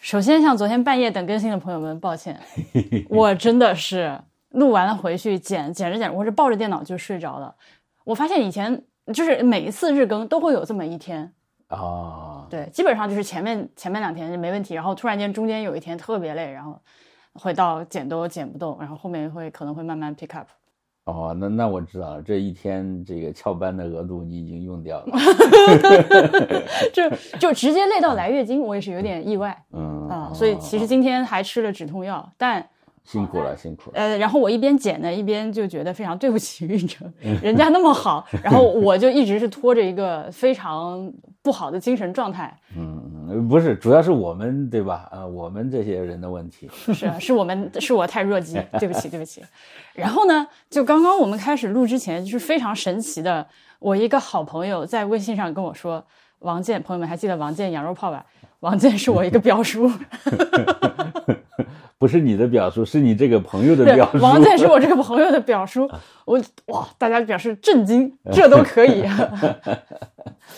首先向昨天半夜等更新的朋友们抱歉，我真的是录完了回去剪，剪着剪着，我是抱着电脑就睡着了。我发现以前就是每一次日更都会有这么一天，啊，对，基本上就是前面前面两天就没问题，然后突然间中间有一天特别累，然后会到剪都剪不动，然后后面会可能会慢慢 pick up。 哦，那那我知道了，这一天这个翘班的额度你已经用掉 了，就就直接累到来月经，我也是有点意外嗯啊、所以其实今天还吃了止痛药，但辛苦 了，辛苦了，呃，然后我一边剪呢，一边就觉得非常对不起玉成，人家那么好，然后我就一直是拖着一个非常不好的精神状态，嗯，嗯，不是，主要是我们对吧？啊，我们这些人的问题，是 是我们是我太弱鸡，对不起对不起。然后呢，就刚刚我们开始录之前，就是非常神奇的，我一个好朋友在微信上跟我说，王健，朋友们还记得王健羊肉泡吧？王健是我一个表叔。不是你的表述，是你这个朋友的对，表述。啊王健是我这个朋友的表叔，我哇，大家表示震惊，这都可 以。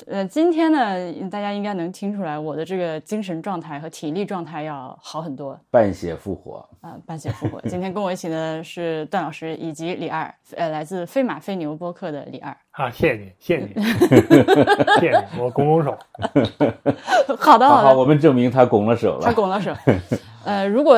呃，今天呢，大家应该能听出来我的这个精神状态和体力状态要好很多 半血复活，啊、半血复活。今天跟我一起呢是段老师以及李二，呃，来自飞马飞牛播客的李二。 啊，谢谢你，谢谢你，谢谢你，我拱拱手。好的，好好好，的，我们证明他拱了手哦他了。拱 了手。呃，如果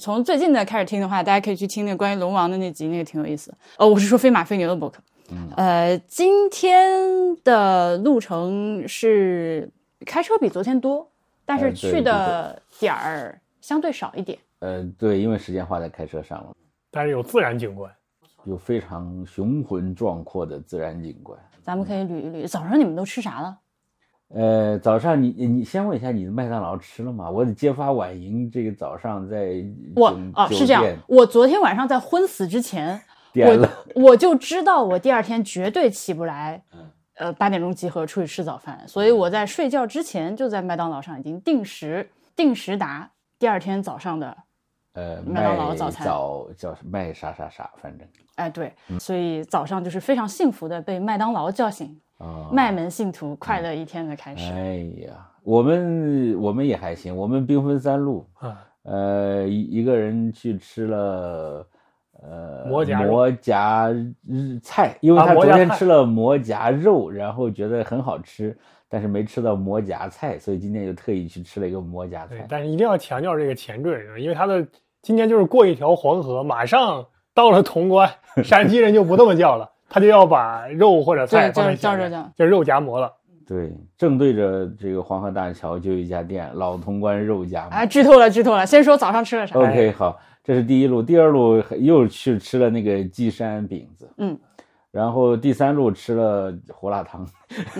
从最近的开始听的话，大家可以去听那个关于龙王的那集，那个挺有意思。哦，我是说飞马飞牛的博客。嗯呃，今天的路程是开车比昨天多，但呃是对去的点儿相对少一点。呃，对，因为时间花在开车上了，但是有自然景观，有非常雄浑壮阔的自然景观。咱们可以捋一捋，早上你们都吃啥了？呃，早上你你先问一下，你的麦当劳吃了吗？我得揭发婉莹这个早上在我酒啊，酒是这样店，我昨天晚上在昏死之前，点了我我就知道我第二天绝对起不来嗯，呃，八点钟集合出去吃早饭，所以我在睡觉之前就在麦当劳上已经定时定时达第二天早上的，呃麦当劳麦早餐早叫麦啥啥啥，反正哎、对，嗯所以早上就是非常幸福的被麦当劳叫醒，啊麦门信徒快乐一天的开始。哎呀，我们我们也还行，我们兵分三路，啊，呃，一一个人去吃了。呃，馍夹肉馍夹日菜，因为啊他馍昨夹天菜吃了馍夹肉，然后觉得很好吃，但是没吃到馍夹菜，所以今天又特意去吃了一个馍夹对菜，。但是一定要强调这个前缀，因为它的今天就是过一条黄河，马上到了潼关，陕西人就不这么叫了，他就要把肉或者菜对放叫在前叫面叫叫就肉夹馍了。对，正对着这个黄河大桥就有一家店，老潼关肉夹馍。哎，剧透了，剧透了。先说早上吃了啥？ OK，好，这是第一路，第二路又去吃了那个鸡山饼子，嗯，然后第三路吃了胡辣汤，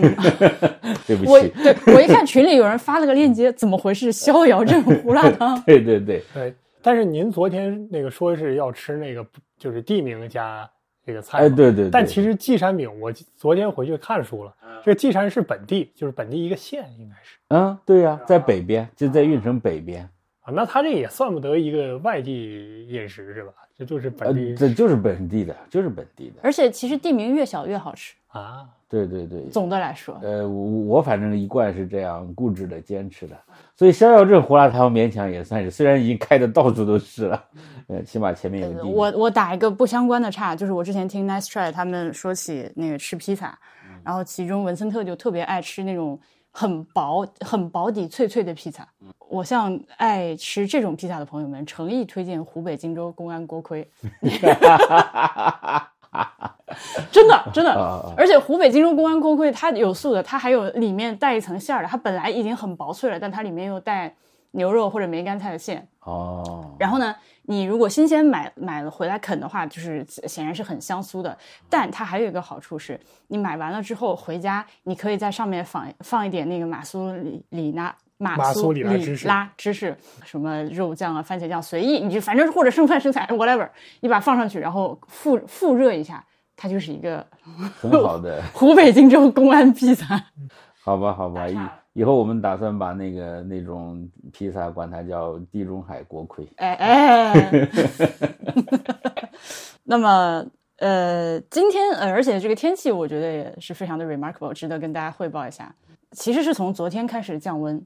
对不嗯我起，。对我一看群里有人发了个链接，怎么回事？逍遥镇胡辣汤 对对对，对，但是您昨天那个说是要吃那个就是地名加这个菜嘛，哎对对对，但其实稷山饼，我昨天回去看书了，这个稷山是本地，就是本地一个县，应该是。嗯，对呀、在北边，就在运城北边，啊，那他这也算不得一个外地饮食是吧？这就是呃本，地、这就是本地的，就是本地的，而且其实地名越小越好吃，啊，对对对，总的来说，呃，我我反正一贯是这样固执的坚持的，所以逍遥镇胡辣汤勉强也算是，虽然已经开的到处都是了，呃，起码前面有对地对名。我我打一个不相关的岔，就是我之前听 Nice Try 他们说起那个吃披萨，然后其中文森特就特别爱吃那种很薄、很薄底、脆脆的披萨。我向爱吃这种披萨的朋友们诚意推荐湖北荆州公安锅盔，真的真啊的。啊啊而且湖北荆州公安锅盔它有素的，它还有里面带一层馅儿的，它本来已经很薄脆了，但它里面又带牛肉或者梅干菜的馅。哦，然后呢，你如果新鲜买买了回来啃的话，就是显然是很香酥的。但它还有一个好处是，你买完了之后回家，你可以在上面放放一点那个马苏里里拉。马马苏苏里里拉拉芝士芝士，什么肉酱啊、番茄酱，随意，你就反正或者剩饭剩菜 whatever，你把它放上去，然后复复热一下，它就是一个很好的，湖北荆州公安 披萨。好吧，好吧，打以岔了以后我们打算把那个那种披萨管它叫地中海锅盔。哎哎， 那么呃，今天呃，而且这个天气我觉得也是非常的 remarkable，值得跟大家汇报一下。其实是从昨天开始降温，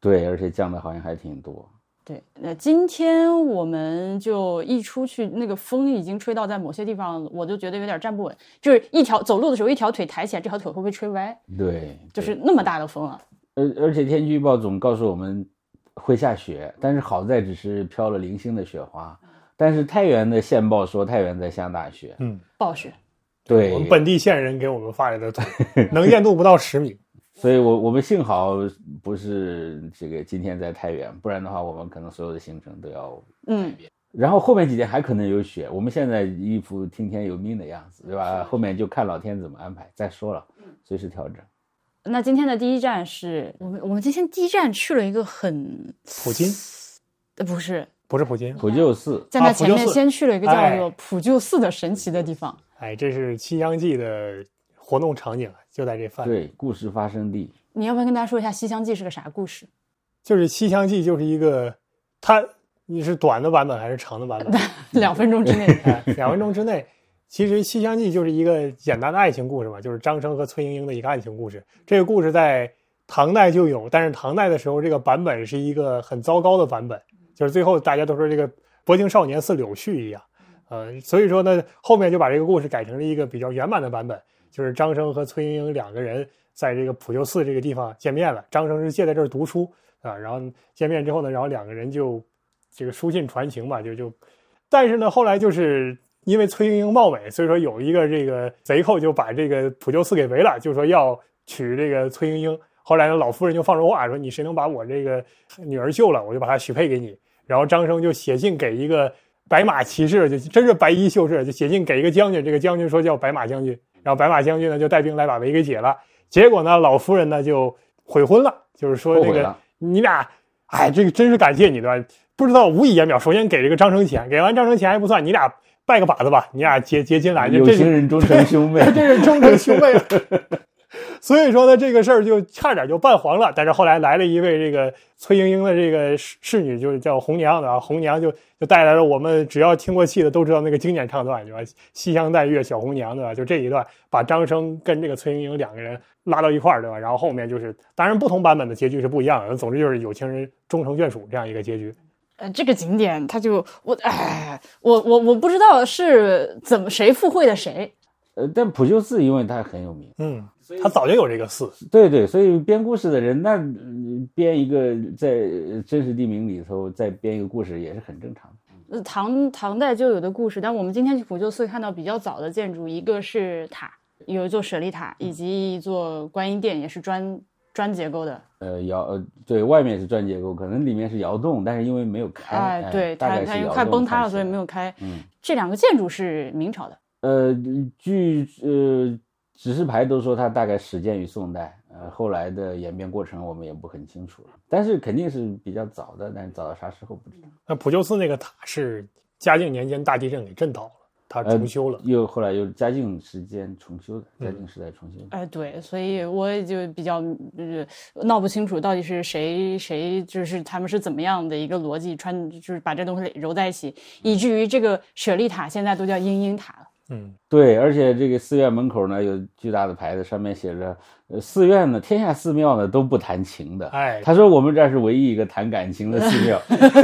对，而且降的好像还挺多。对，那今天我们就一出去，那个风已经吹到在某些地方，我就觉得有点站不稳，就是一条走路的时候一条腿抬起来，这条腿会被吹歪，对，就是那么大的风啊。而而且天气预报总告诉我们会下雪，但是好在只是飘了零星的雪花。但是太原的县报说太原在下大雪，嗯，暴雪，对我，们本地县人给我们发来的图，能见度不到十米。所以我我们幸好不是这个今天在太原，不然的话我们可能所有的行程都要。嗯，然后后面几天还可能有雪，我们现在一副听天由命的样子，对吧？后面就看老天怎么安排。再说了，随时调整。那今天的第一站是我们，我们今天第一站去了一个很普京呃不是，不是普京，普救寺，在那啊普前救面寺先去了一个叫哎做普救寺的神奇的地方。哎，这是西洋记的活动场景，啊就在这范围。对，故事发生地，你要不要跟大家说一下《西厢记》是个啥故事？就是西厢记就是一个，它你是短的版本还是长的版本？两分钟之内，哎，两分钟之内。其实《西厢记》就是一个简单的爱情故事嘛，就是张生和崔莺莺的一个爱情故事。这个故事在唐代就有，但是唐代的时候这个版本是一个很糟糕的版本，就是最后大家都说这个薄情少年似柳絮一样。呃，所以说呢，后面就把这个故事改成了一个比较圆满的版本，就是张生和崔莺莺两个人在这个普救寺这个地方见面了。张生是借在这儿读书啊，然后见面之后呢，然后两个人就这个书信传情嘛，就就，但是呢，后来就是因为崔莺莺貌美，所以说有一个这个贼寇就把这个普救寺给围了，就说要娶这个崔莺莺。后来呢，老夫人就放出话说：“你谁能把我这个女儿救了，我就把她许配给你。”然后张生就写信给一个白马骑士，就真是白衣秀士，就写信给一个将军。这个将军说叫白马将军，然后白马将军呢就带兵来把围给解了。结果呢，老夫人呢就悔婚了，就是说后这悔个了。你俩，哎，这个真是感谢你对吧？不知道无以言表。首先给这个张生钱，给完张生钱还不算，你俩拜个把子吧，你俩结结金来，有这情是人终成兄妹。这是终成兄妹了。所以说呢，这个事儿就差点就办黄了。但是后来来了一位这个崔莺莺的这个侍侍女，就是叫红娘的啊，红娘就就带来了我们只要听过戏的都知道那个经典唱段，对吧？西厢带月小红娘，对吧？就这一段，把张生跟这个崔莺莺两个人拉到一块儿，对吧？然后后面就是，当然不同版本的结局是不一样的。总之就是有情人终成眷属这样一个结局。呃，这个景点它就我哎，我我我不知道是怎么谁附会的谁，呃，但普救寺因为它很有名，嗯，他早就有这个寺，对对，所以编故事的人，那嗯编一个在呃真实地名里头再编一个故事也是很正常的。呃唐唐代就有的故事。但我们今天去普救寺看到比较早的建筑，一个是塔，有一座舍利塔，以及一座观音殿，也是砖砖结构的。呃，窑呃，对外面是砖结构，可能里面是窑洞，但是因为没有开，哎，哎，对，大它概它是因为窑快洞崩看塌了，起所以来没有开。嗯，这两个建筑是明朝的，呃，据呃指示牌都说它大概始建于宋代，呃，后来的演变过程我们也不很清楚了，但是肯定是比较早的，但是早到啥时候不知道。那普救寺那个塔是嘉靖年间大地震给震倒了，它重修了。又后来又嘉靖时间重修的，嘉嗯靖时代重修的。哎，对，所以我也就比较呃闹不清楚到底是谁谁，就是他们是怎么样的一个逻辑穿，就是把这东西揉在一起，以至于这个舍利塔现在都叫英英塔了。嗯，对，而且这个寺院门口呢有巨大的牌子，上面写着，呃，寺院呢，天下寺庙呢都不弹琴的。哎，他说我们这儿是唯一一个弹感情的寺庙，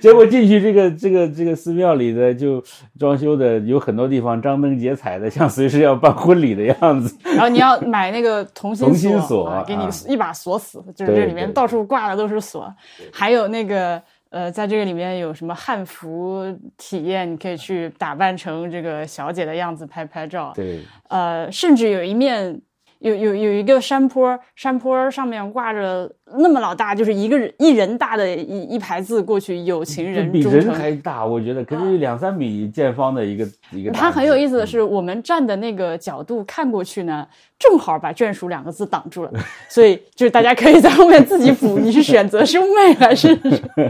结果进去这个这个这个寺庙里的就装修的有很多地方张灯结彩的，像随时要办婚礼的样子。然后你要买那个同心同心锁啊给你啊一把锁死，就是对这里面对到处挂的都是锁，还有那个。呃，在这个里面有什么汉服体验？你可以去打扮成这个小姐的样子拍拍照。对，呃，甚至有一面有有有一个山坡，山坡上面挂着那么老大，就是一个人一人大的一一排字过去，有情这人比终人成。还大，我觉得可是两三米见方的一个一个。嗯它很有意思的，是，我们站的那个角度看过去呢，正好把“眷属”两个字挡住了，所以就是大家可以在后面自己补，你是选择兄妹还是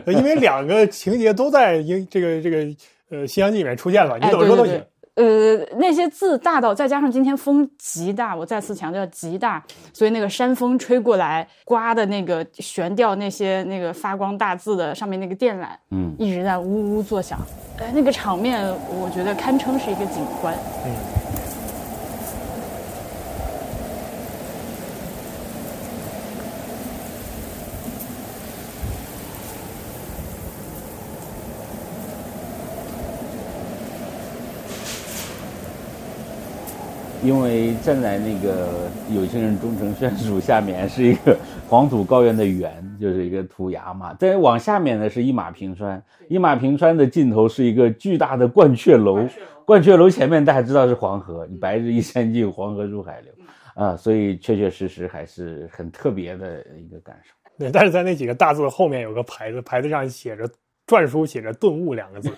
因为两个情节都在英这个这个呃《西厢记》里面出现了，你哎怎么说都对行。对呃，那些字大到，再加上今天风极大，我再次强调极大，所以那个山风吹过来，刮的那个悬吊那些那个发光大字的上面那个电缆嗯，一直在呜呜作响，哎，那个场面我觉得堪称是一个景观。因为站在那个有情人终成眷属下面是一个黄土高原的原，就是一个土崖嘛。再往下面呢是一马平川，一马平川的尽头是一个巨大的鹳雀楼，嗯鹳雀楼前面大家知道是黄河，白日依山尽，黄河入海流啊，所以确确实实还是很特别的一个感受。对，但是在那几个大字后面有个牌子，牌子上写着篆书写着“顿悟”两个字，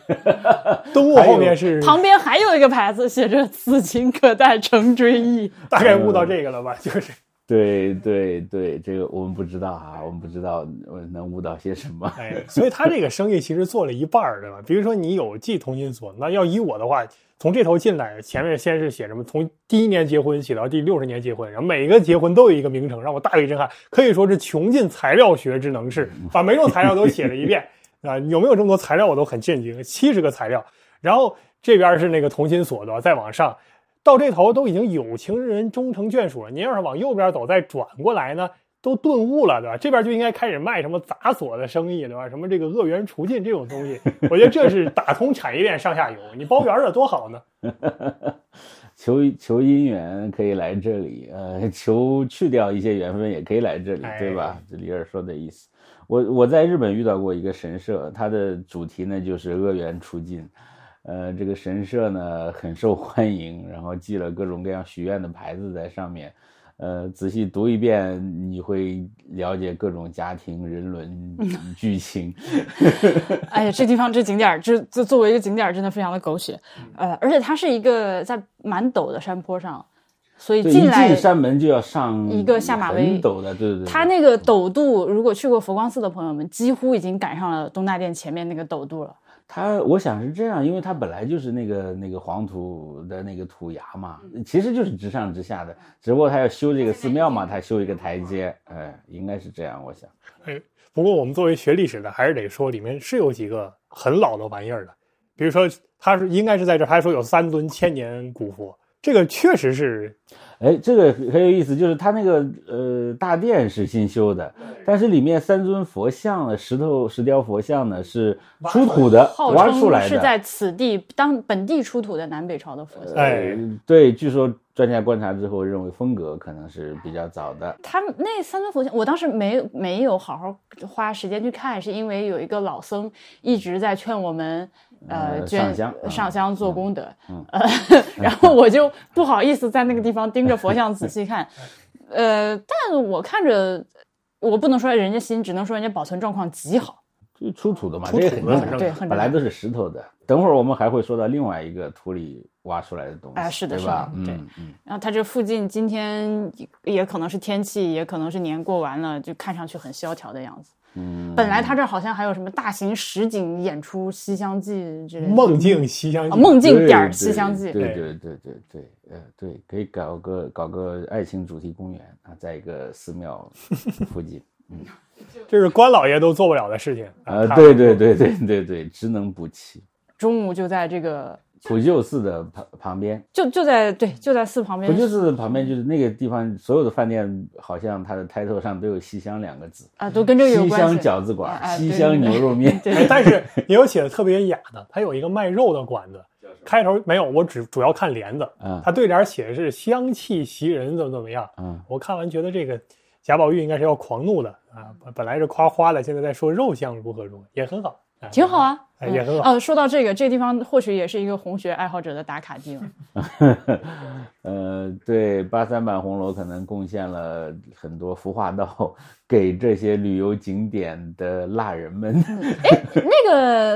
顿悟后面是旁边还有一个牌子写着“此情可待成追忆大概悟到这个了吧？就是对对对，这个我们不知道哈、我们不知道呃能悟到些什么。哎，所以他这个生意其实做了一半儿，对吧？比如说你有寄同心锁，那要依我的话，从这头进来，前面先是写什么，从第一年结婚写到第六十年结婚，然后每个结婚都有一个名称，让我大为震撼，可以说是穷尽材料学之能事，把每种材料都写了一遍 啊！有没有这么多材料，我都很震惊，七十个材料。然后这边是那个同心锁的，再往上。到这头都已经有情人终成眷属了，您要是往右边走再转过来呢，都顿悟了，对吧？这边就应该开始卖什么杂锁的生意，对吧？什么这个恶缘除尽这种东西，我觉得这是打通产业链上下游，你包圆了多好呢！求求姻缘可以来这里，呃， 求去掉一些缘分也可以来这里，哎对吧？这里尔说的意思。我我在日本遇到过一个神社，它的主题呢就是恶缘出尽，呃，这个神社呢很受欢迎，然后记了各种各样许愿的牌子在上面，呃，仔细读一遍你会了解各种家庭人 伦剧情，”。哎呀，这地方这景点儿，这这作为一个景点儿，真的非常的狗血。呃，而且它是一个在蛮陡的山坡上，所以对，一进来进山门就要上一个下马威很陡的，对对对，它那个陡度，如果去过佛光寺的朋友们，几乎已经赶上了东大殿前面那个陡度了。它，我想是这样，因为它本来就是那个那个黄土的那个土崖嘛，其实就是直上直下的，只不过它要修这个寺庙嘛，它修一个台阶，哎，应该是这样，我想。不过我们作为学历史的，还是得说里面是有几个很老的玩意儿的，比如说他是应该是在这儿，他说有三尊千年古佛，这个确实是哎，这个很有意思，就是它那个呃大殿是新修的，但是里面三尊佛像呢，石头石雕佛像呢是出土的，号挖出称来的，是在此地当本地出土的南北朝的佛呃像。哎，对，据说专家观察之后认为风格可能是比较早的，他们那三尊佛像，我当时没没有好好花时间去看，是因为有一个老僧一直在劝我们，呃，呃捐上香嗯上香做功德，嗯呃， 然后我就不好意思在那个地方盯着佛像仔细看，呃，但我看着，我不能说人家新，只能说人家保存状况极好，就出土的嘛，出这土个很正的很常，对，很本来都是石头的。等会儿我们还会说到另外一个土里挖出来的东西，哎是的对吧？是的对嗯嗯，然后它这附近今天也可能是天气，也可能是年过完了，就看上去很萧条的样子。嗯本来它这儿好像还有什么大型实景演出《西厢记》之类的。梦境西厢啊，记。梦境点儿《对西厢记》对对对对对，呃，对，可以搞个搞个爱情主题公园啊，在一个寺庙 附近。这是官老爷都做不了的事情啊啊呃，他对对对对对对，职能补齐，中午就在这个，普救寺的旁旁边，就就在对，就在寺旁边普救寺的旁嗯边就是那个地方，所有的饭店好像它的 title 上都有“西厢”两个字，啊，都跟这个有西关厢系。饺子馆哎哎、西对厢对对牛肉面，对哎，但是也有写的特别雅的，他有一个卖肉的馆子，开头没有，我只主要看帘子，啊他对联写的是香气袭人，怎么怎么样。嗯。我看完觉得这个贾宝玉应该是要狂怒的啊，本本来是夸花的，现在在说肉相如何如何，也很好，哎挺好。啊，哎也很好嗯呃，说到这个，这地方或许也是一个红学爱好者的打卡地了。 呃，对，八三版红楼可能贡献了很多孵化道给这些旅游景点的蜡人们。 那个，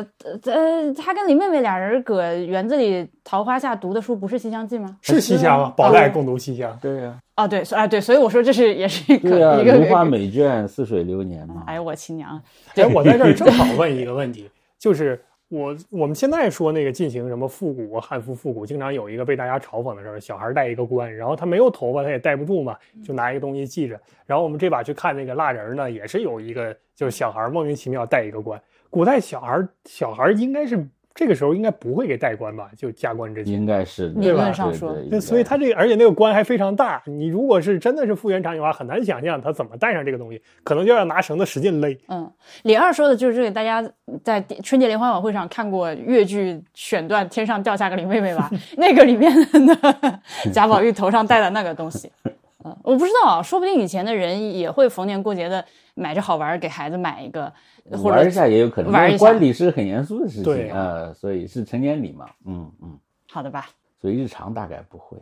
呃，他跟林妹妹俩人搁园子里桃花下读的书不是《西厢记》吗？是西厢吗？宝黛共读西厢，对呀、啊，对，所啊对，所以我说这是也是一对呀、个一如花个。美啊眷，似水流年嘛。哎呦我亲娘！ 哎，我在这儿正好问一个问题，就是我我们现在说那个进行什么复古汉服复古，经常有一个被大家嘲讽的事儿，小孩戴一个冠，然后他没有头发，他也戴不住嘛，就拿一个东西系着。然后我们这把去看那个蜡人儿呢，也是有一个就是小孩莫名其妙戴一个冠。古代小孩小孩应该是这个时候应该不会给带官吧？就加官之前。应该是的理论上说对对那应所以该他这个，而且那个官还非常大。你如果是真的是复原场景的话，很难想象他怎么带上这个东西，可能就要拿绳子使劲 勒。嗯，李二说的就是这个，大家在电春节联欢晚会上看过越剧选段《天上掉下个李妹妹》 吧？那个里面的贾宝玉头上戴的那个东西，嗯，我不知道啊，说不定以前的人也会逢年过节的买着好玩儿给孩子买一个，或玩者一下也有可能，玩但一是下观礼是很严肃的事对情啊，所以是成年礼嘛，嗯嗯，好的吧？所以日常大概不会，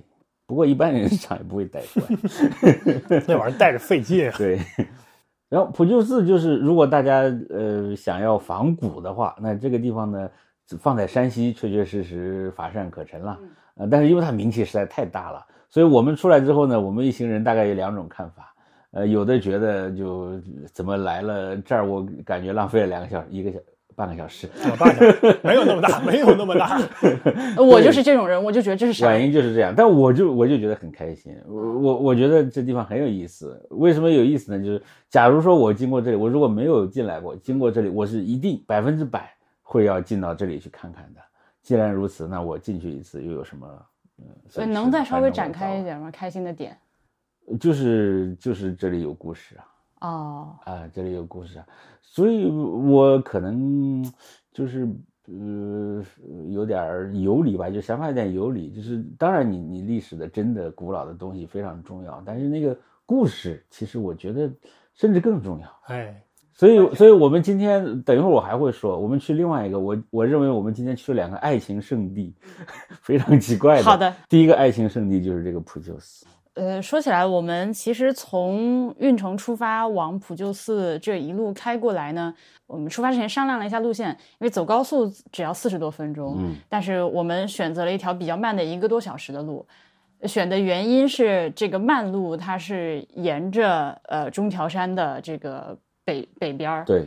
不过一般人日常也不会带官。那玩意儿带着费劲 啊。对，然后普救寺就是，如果大家呃想要仿古的话，那这个地方呢，放在山西确确实实乏善可陈了。呃，但是因为它名气实在太大了，所以我们出来之后呢，我们一行人大概有两种看法。呃，有的觉得就怎么来了这儿，我感觉浪费了两个小时，一个小半个小时。我爸想没有那 么大，没有那么大。呃我就是这种人，我就觉得这是啥？婉莹就是这样，但我就我就觉得很开心，我嗯我我觉得这地方很有意思。为什么有意思呢？就是假如说我经过这里，我如果没有进来过，经过这里，我是一定百分之百会要进到这里去看看的。既然如此，那我进去一次又有什么？嗯，呃损失能再稍微展反开正一我点吗？开心的点到就是就是这里有故事啊。哦，啊，这里有故事啊，所以我可能就是呃有点儿有理吧，就想法有点有理，就是当然你你历史的真的古老的东西非常重要，但是那个故事其实我觉得甚至更重要。哎，所以，所以我们今天等一会儿我还会说，我们去另外一个，我我认为我们今天去了两个爱情圣地， 非常奇怪的。好的，第一个爱情圣地就是这个普救斯，呃，说起来，我们其实从运城出发往普救寺这一路开过来呢，我们出发之前商量了一下路线，因为走高速只要四十多分钟，嗯，但是我们选择了一条比较慢的一个多小时的路。呃选的原因是这个慢路它是沿着呃中条山的这个北北边儿对，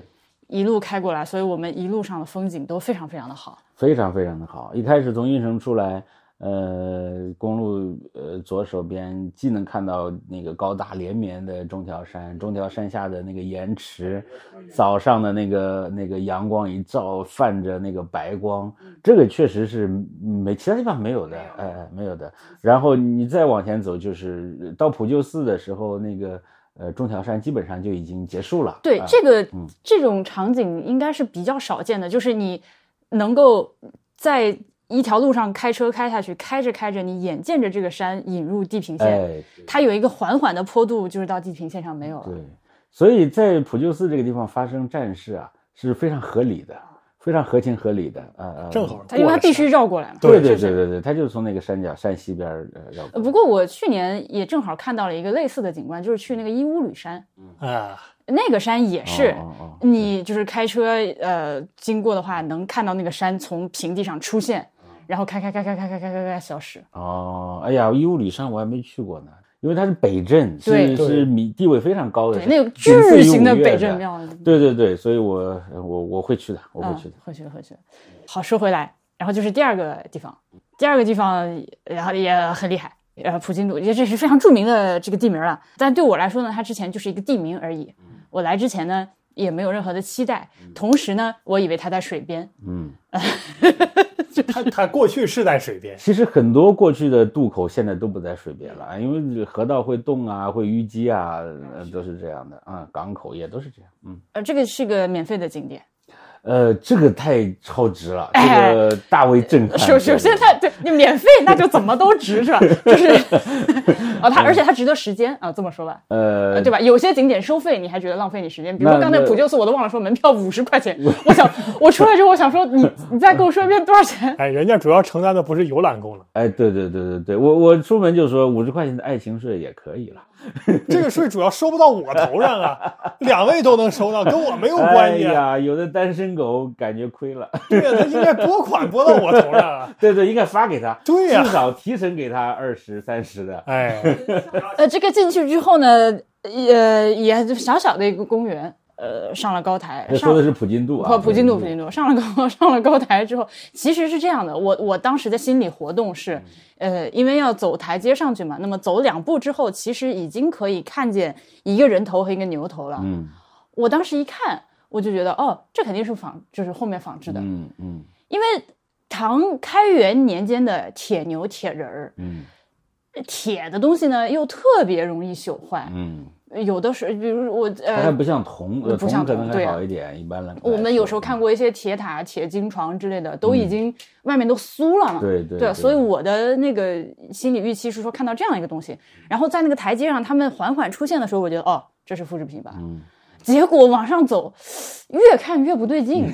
一路开过来，所以我们一路上的风景都非常非常的好。非常非常的好。一开始从运城出来，呃，公路呃左手边既能看到那个高大连绵的中条山，中条山下的那个盐池，早上的那个那个阳光一照，泛着那个白光，这个确实是没其他地方没有的，哎、哎没有的。然后你再往前走，就是呃到普救寺的时候，那个呃中条山基本上就已经结束了。对啊，这个、嗯这种场景应该是比较少见的，就是你能够在一条路上开车开下去，开着开着，你眼见着这个山引入地平线，哎，它有一个缓缓的坡度，就是到地平线上没有了。对，所以在普救寺这个地方发生战事啊，是非常合理的，啊非常合情合理的。呃呃，正好。它因为它必须绕过来嘛。对对对是对对对，他就是从那个山脚山西边儿呃绕呃过。不过我去年也正好看到了一个类似的景观，就是去那个伊乌吕山，啊，那个山也是。哦哦哦你就是开车呃经过的话，能看到那个山从平地上出现，嗯然后开开开开开开开开开消失。哦，哎呀，伊乌里山我还没去过呢，因为它是北镇，对是是米地位非常高的对，山，那个仅次巨于型的五岳北镇。庙，对对对，所以我呃我我会去的，我会嗯，去的。会去的，会去的。好，说回来，然后就是第二个地方，第二个地方，然后也很厉害，呃，普金路，也这是非常著名的这个地名了。但对我来说呢，它之前就是一个地名而已。嗯我来之前呢，也没有任何的期待，同时呢，我以为它在水边。嗯，他他过去是在水边，其实很多过去的渡口现在都不在水边嗯了，因为河道会动啊，会淤积啊，呃都是这样的啊、港口也都是这样，嗯，呃，这个是个免费的景点。呃，这个太超值了，这哎个大为震撼。首首先这个它对你免费，那就怎么都值是吧？ 就是，哦，它而且它值得时间啊，这么说吧。呃呃，，对吧？有些景点收费，你还觉得浪费你时间。比如那说刚才那普救寺，我都忘了说，门票五十块钱。我想，我出来之后，我想说你，你再给我说一遍多少钱？哎，人家主要承担的不是游览功能，哎，对对对对对，我我出门就说五十块钱的爱情税也可以了，这个税主要收不到我头上啊， 两位都能收到，跟我没有关哎系啊。呀，有的单身狗感觉亏了， 对呀，他应该拨款拨到我头上啊。对对，应该发给他，对呀至少提成给他二十三十的。哎， 呃，这个进去之后呢，也呃也就小小的一个公园，呃，上了高台，这上哎说的是普京渡啊，哦，普京路，普京路，上了高 上了高台之后，其实是这样的，我我当时的心理活动是，嗯呃，因为要走台阶上去嘛，那么走两步之后，其实已经可以看见一个人头和一个牛头了。嗯我当时一看，我就觉得哦，这肯定是仿，就是后面仿制的，嗯嗯，因为唐开元年间的铁牛、铁人儿，嗯铁的东西呢又特别容易朽坏，嗯，有的时候，比如我它还呃，不像铜，呃不像铜可能铜还对啊好一点，一般来。我们有时候看过，过一些铁塔、铁金床之类的，都嗯已经外面都酥了嘛。对对对，啊所以我的那个心理预期是说，看到这样一个东嗯西，然后在那个台阶上，他们缓缓出现的时候，我觉得哦，这是复制品吧。嗯结果往上走，越看越不对 劲，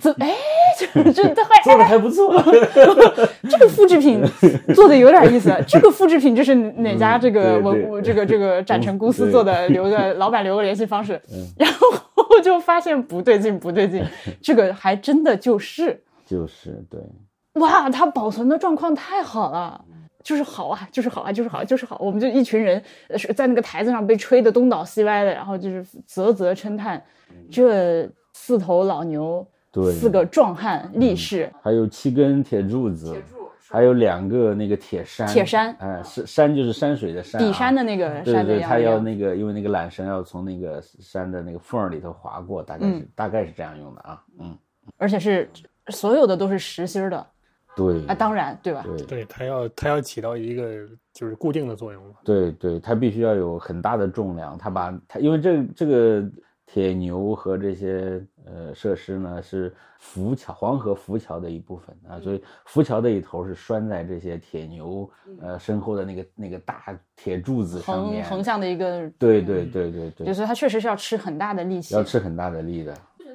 怎哎，这这这做的还还不错， 这个复制品做的有点意思，这个复制品这是哪家这个嗯对对文物这个这个展陈公司做的，留个老板留个联系方式嗯，然后就发现不对劲，不对劲，这个还真的就是。就是对，哇，它保存的状况太好了，就是好啊，就是好啊，就是好啊，就是好。我们就一群人呃是在那个台子上被吹得东倒西歪的，然后就是啧啧称叹，这四头老牛，嗯对四个壮汉力士，还有七根铁柱子，还有两个那个铁山，铁山哎，是山就是山水的山啊，底山的那个对对山的对，他羊要羊。那个，因为那个缆绳要从那个山的那个缝儿里头划过，大概是、嗯大概是这样用的啊，嗯，而且是所有的都是实心儿的对啊，当然对吧？对对，它要它要起到一个就是固定的作用嘛。对对，它必须要有很大的重量，它把它，因为这这个铁牛和这些呃设施呢是浮桥黄河浮桥的一部分啊，所嗯以浮桥的一头是拴在这些铁牛呃身后的那个那个大铁柱子上横面，横向的一个，对对对对对，就是它确实是要吃很大的力气要。吃很大的力的。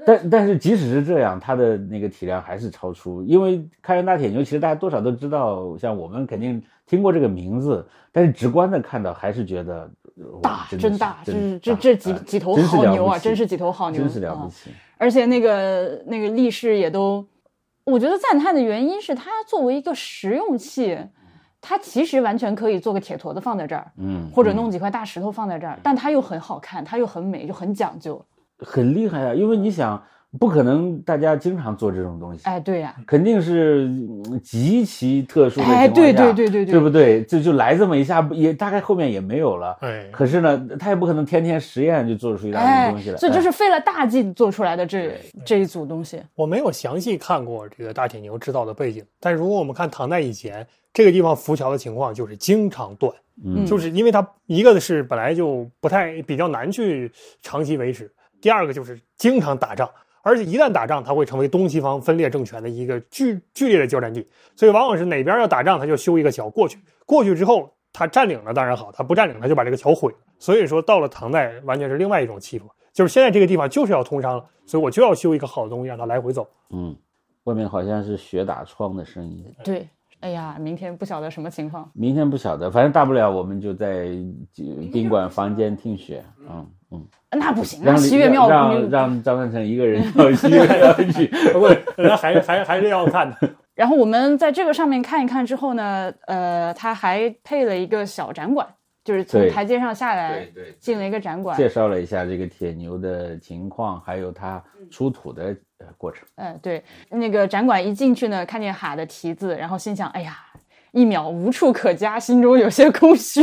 但但是即使是这样，它的那个体量还是超出，因为开元大铁牛其实大家多少都知道，像我们肯定听过这个名字，但是直观的看到还是觉得呃哇大真的啊真是大，这是真这这几大呃哎几头真是好了牛不啊，起真是几头好牛，真是了啊不起，而且那个那个力士也都，我觉得赞叹的原因是它作为一个实用器，它其实完全可以做个铁坨子放在这儿，嗯，或者嗯弄几块大石头放在这儿，但它又很好看，它又很美，又很讲究。很厉害啊，因为你想，不可能大家经常做这种东西，哎，对呀、肯定是嗯极其特殊的情况下，哎对对对对对对不对？就就来这么一下，不也大概后面也没有了。哎，可是呢，他也不可能天天实验就做出一大堆哎东西来，，所以这哎是费了大劲做出来的这这一组东西。我没有详细看过这个大铁牛制造的背景，但如果我们看唐代以前，这个地方浮桥的情况就是经常断，嗯就是因为它一个是本来就不太比较难去长期维持，第二个就是经常打仗，而且一旦打仗，它会成为东西方分裂政权的一个剧剧烈的交战地，所以往往是哪边要打仗，他就修一个桥过去，过去之后他占领了当然好，他不占领他就把这个桥毁了。所以说到了唐代完全是另外一种气魄，就是现在这个地方就是要通商了，所以我就要修一个好的东西让它来回走。 嗯，外面好像是雪打窗的声音。对，哎呀，明天不晓得什么情况。明天不晓得，反正大不了我们就在就宾馆房间听雪。嗯嗯，那不行，那让西岳庙让不让让张赞成一个人到 西岳庙去。不过那还是还是还是要看的。然后我们在这个上面看一看之后呢，呃，它还配了一个小展馆，就是从对台阶上下来 对，进了一个展馆。介绍了一下这个铁牛的情况，还有它出土的呃过程。嗯，对，那个展馆一进去呢，看见哈的题字，然后心想，哎呀，一秒无处可加，心中有些空虚。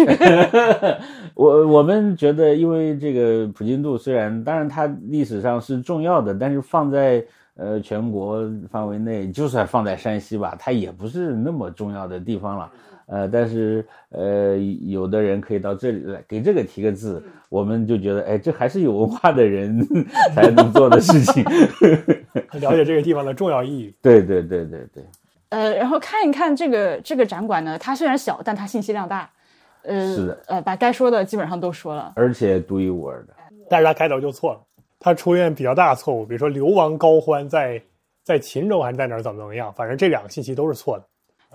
我我们觉得，因为这个普京度虽然当然它历史上是重要的，但是放在呃全国范围内，就算放在山西吧，它也不是那么重要的地方了。呃，但是呃，有的人可以到这里来给这个提个字，嗯我们就觉得，哎，这还是有文化的人 才能做的事情。 了解这个地方的重要意义。对对对对对，呃，然后看一看这个这个展馆呢，它虽然小，但它信息量大。呃，是的呃，把该说的基本上都说了。而且独一无二的。但是他开头就错了，他出现比较大的错误，比如说流亡高欢在在秦州还是在哪儿怎么怎么样，反正这两个信息都是错的。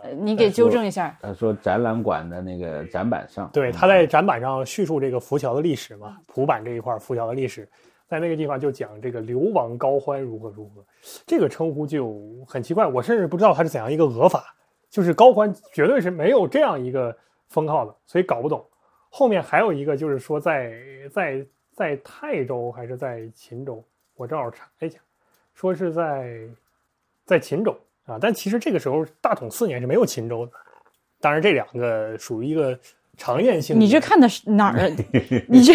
呃你给纠正一下。他说展览馆的那个展板上，嗯对，他在展板上叙述这个浮桥的历史嘛，蒲坂这一块浮桥的历史，在那个地方就讲这个流亡高欢如何如何，这个称呼就很奇怪，我甚至不知道他是怎样一个讹法，就是高欢绝对是没有这样一个封号的，所以搞不懂。后面还有一个就是说在在在泰州还是在秦州，我正好查一下，说是在在秦州啊，但其实这个时候大统四年是没有秦州的，当然这两个属于一个常见性质。你这看的是哪儿 啊？你这，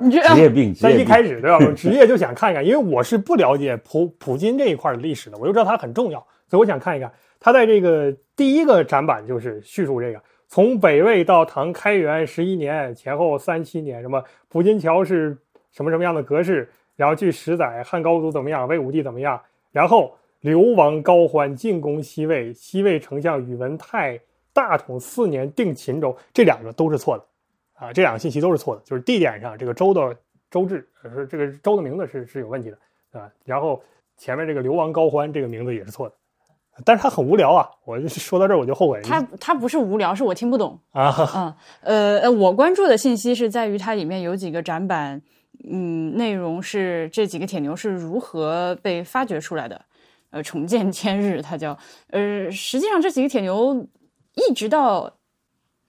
你这职业病，职在业一病开始对吧？我职业就想看一看，因为我是不了解普普京这一块的历史的，我就知道它很重要，所以我想看一看。它在这个第一个展板就是叙述这个，从北魏到唐开元十一年前后三七年，什么普金桥是什么什么样的格式，然后据史载汉高祖怎么样，魏武帝怎么样，然后刘王高欢进攻西魏，西魏丞相宇文泰大统四年定秦州，这两个都是错的。啊，这两个信息都是错的，就是地点上这个州的州治呃是这个州的名字是是有问题的啊。然后前面这个流亡高欢这个名字也是错的，但是他很无聊啊。我就是说到这儿我就后悔了。他他不是无聊，是我听不懂。啊，嗯，呃，呃我关注的信息是在于它里面有几个展板，嗯，内容是这几个铁牛是如何被发掘出来的，呃，重见天日，它叫，呃，实际上这几个铁牛一直到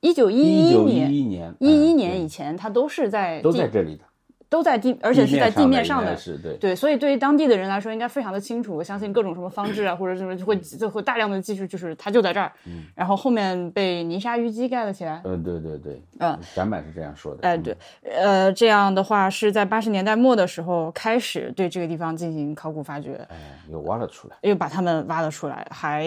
一九一一一九年。一年，一一嗯年对以前，它都是在地都在这里的，都在地，而且是在地面上的的应该，是对。对，所以对于当地的人来说，应该非常的清楚。我相信各种什么方志啊，或者什么就会就会大量的记叙，就是它就在这儿。嗯然后后面被泥沙淤积盖了起来。呃，对对对，嗯，展板是这样说的，嗯哎、对，呃，这样的话是在八十年代末的时候开始对这个地方进行考古发掘，嗯，哎，又挖了出来，又把它们挖了出来，还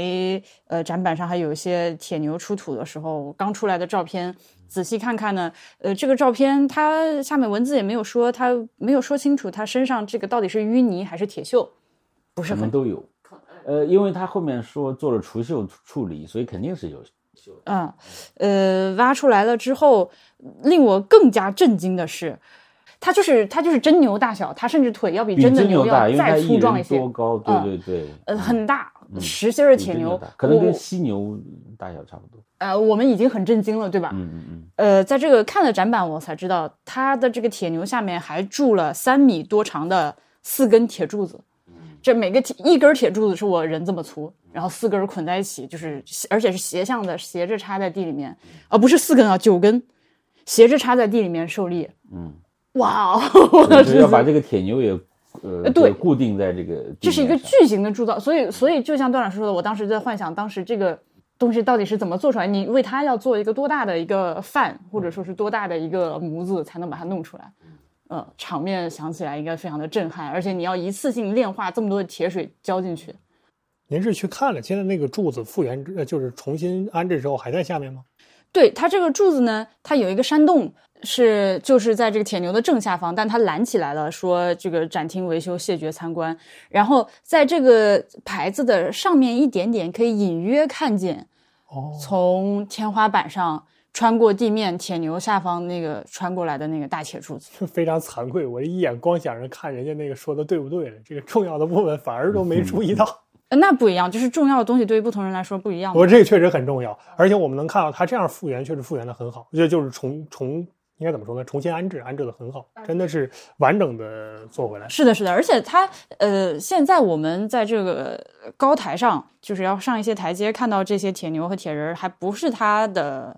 呃展板上还有一些铁牛出土的时候刚出来的照片。仔细看看呢，呃，这个照片它下面文字也没有说，它没有说清楚它身上这个到底是淤泥还是铁锈，不是什很么都有。呃，因为他后面说做了除锈处理，所以肯定是有嗯，呃，挖出来了之后，令我更加震惊的是，它就是它就是真牛大小，它甚至腿要比比真的真牛大，要因为它再一粗壮一人些多，高，嗯对对对，呃，很大，嗯实心儿的比铁真牛大，可能我跟犀牛大小差不多。呃，我们已经很震惊了，对吧？嗯嗯 嗯，呃，在这个看了展板，我才知道它的这个铁牛下面还住了三米多长的四根铁柱子，这每个铁一根铁柱子是我人这么粗，然后四根捆在一起，就是而且是斜向的，斜着插在地里面，啊，不是四根啊，九根，斜着插在地里面受力。嗯，哇哦，所以就是要把这个铁牛也呃呃对给固定在这个地这是一个面上巨型的铸造，所以所以就像段老师说的，我当时在幻想当时这个东西到底是怎么做出来，你为它要做一个多大的一个饭，或者说是多大的一个模子才能把它弄出来。呃，场面想起来应该非常的震撼，而且你要一次性炼化这么多的铁水浇进去，您是去看了现在那个柱子复原之，呃就是重新安置之后还在下面吗？对它这个柱子呢，它有一个山洞，是就是在这个铁牛的正下方，但它拦起来了，说这个展厅维修，谢绝参观。然后在这个牌子的上面一点点，可以隐约看见哦，从天花板上穿过地面，铁牛下方那个穿过来的那个大铁柱子。 非常惭愧，我一眼光想着看人家那个说的对不对了，这个重要的部分反而都没注意到。呃那不一样，就是重要的东西对于不同人来说不一样嘛。 我这个确实很重要，而且我们能看到它这样复原确实复原的很好，我觉得就是重重应该怎么说呢？重新安置，安置的很好，真的是完整的做回来。是的，是的，而且它呃，现在我们在这个高台上，就是要上一些台阶，看到这些铁牛和铁人儿，还不是它的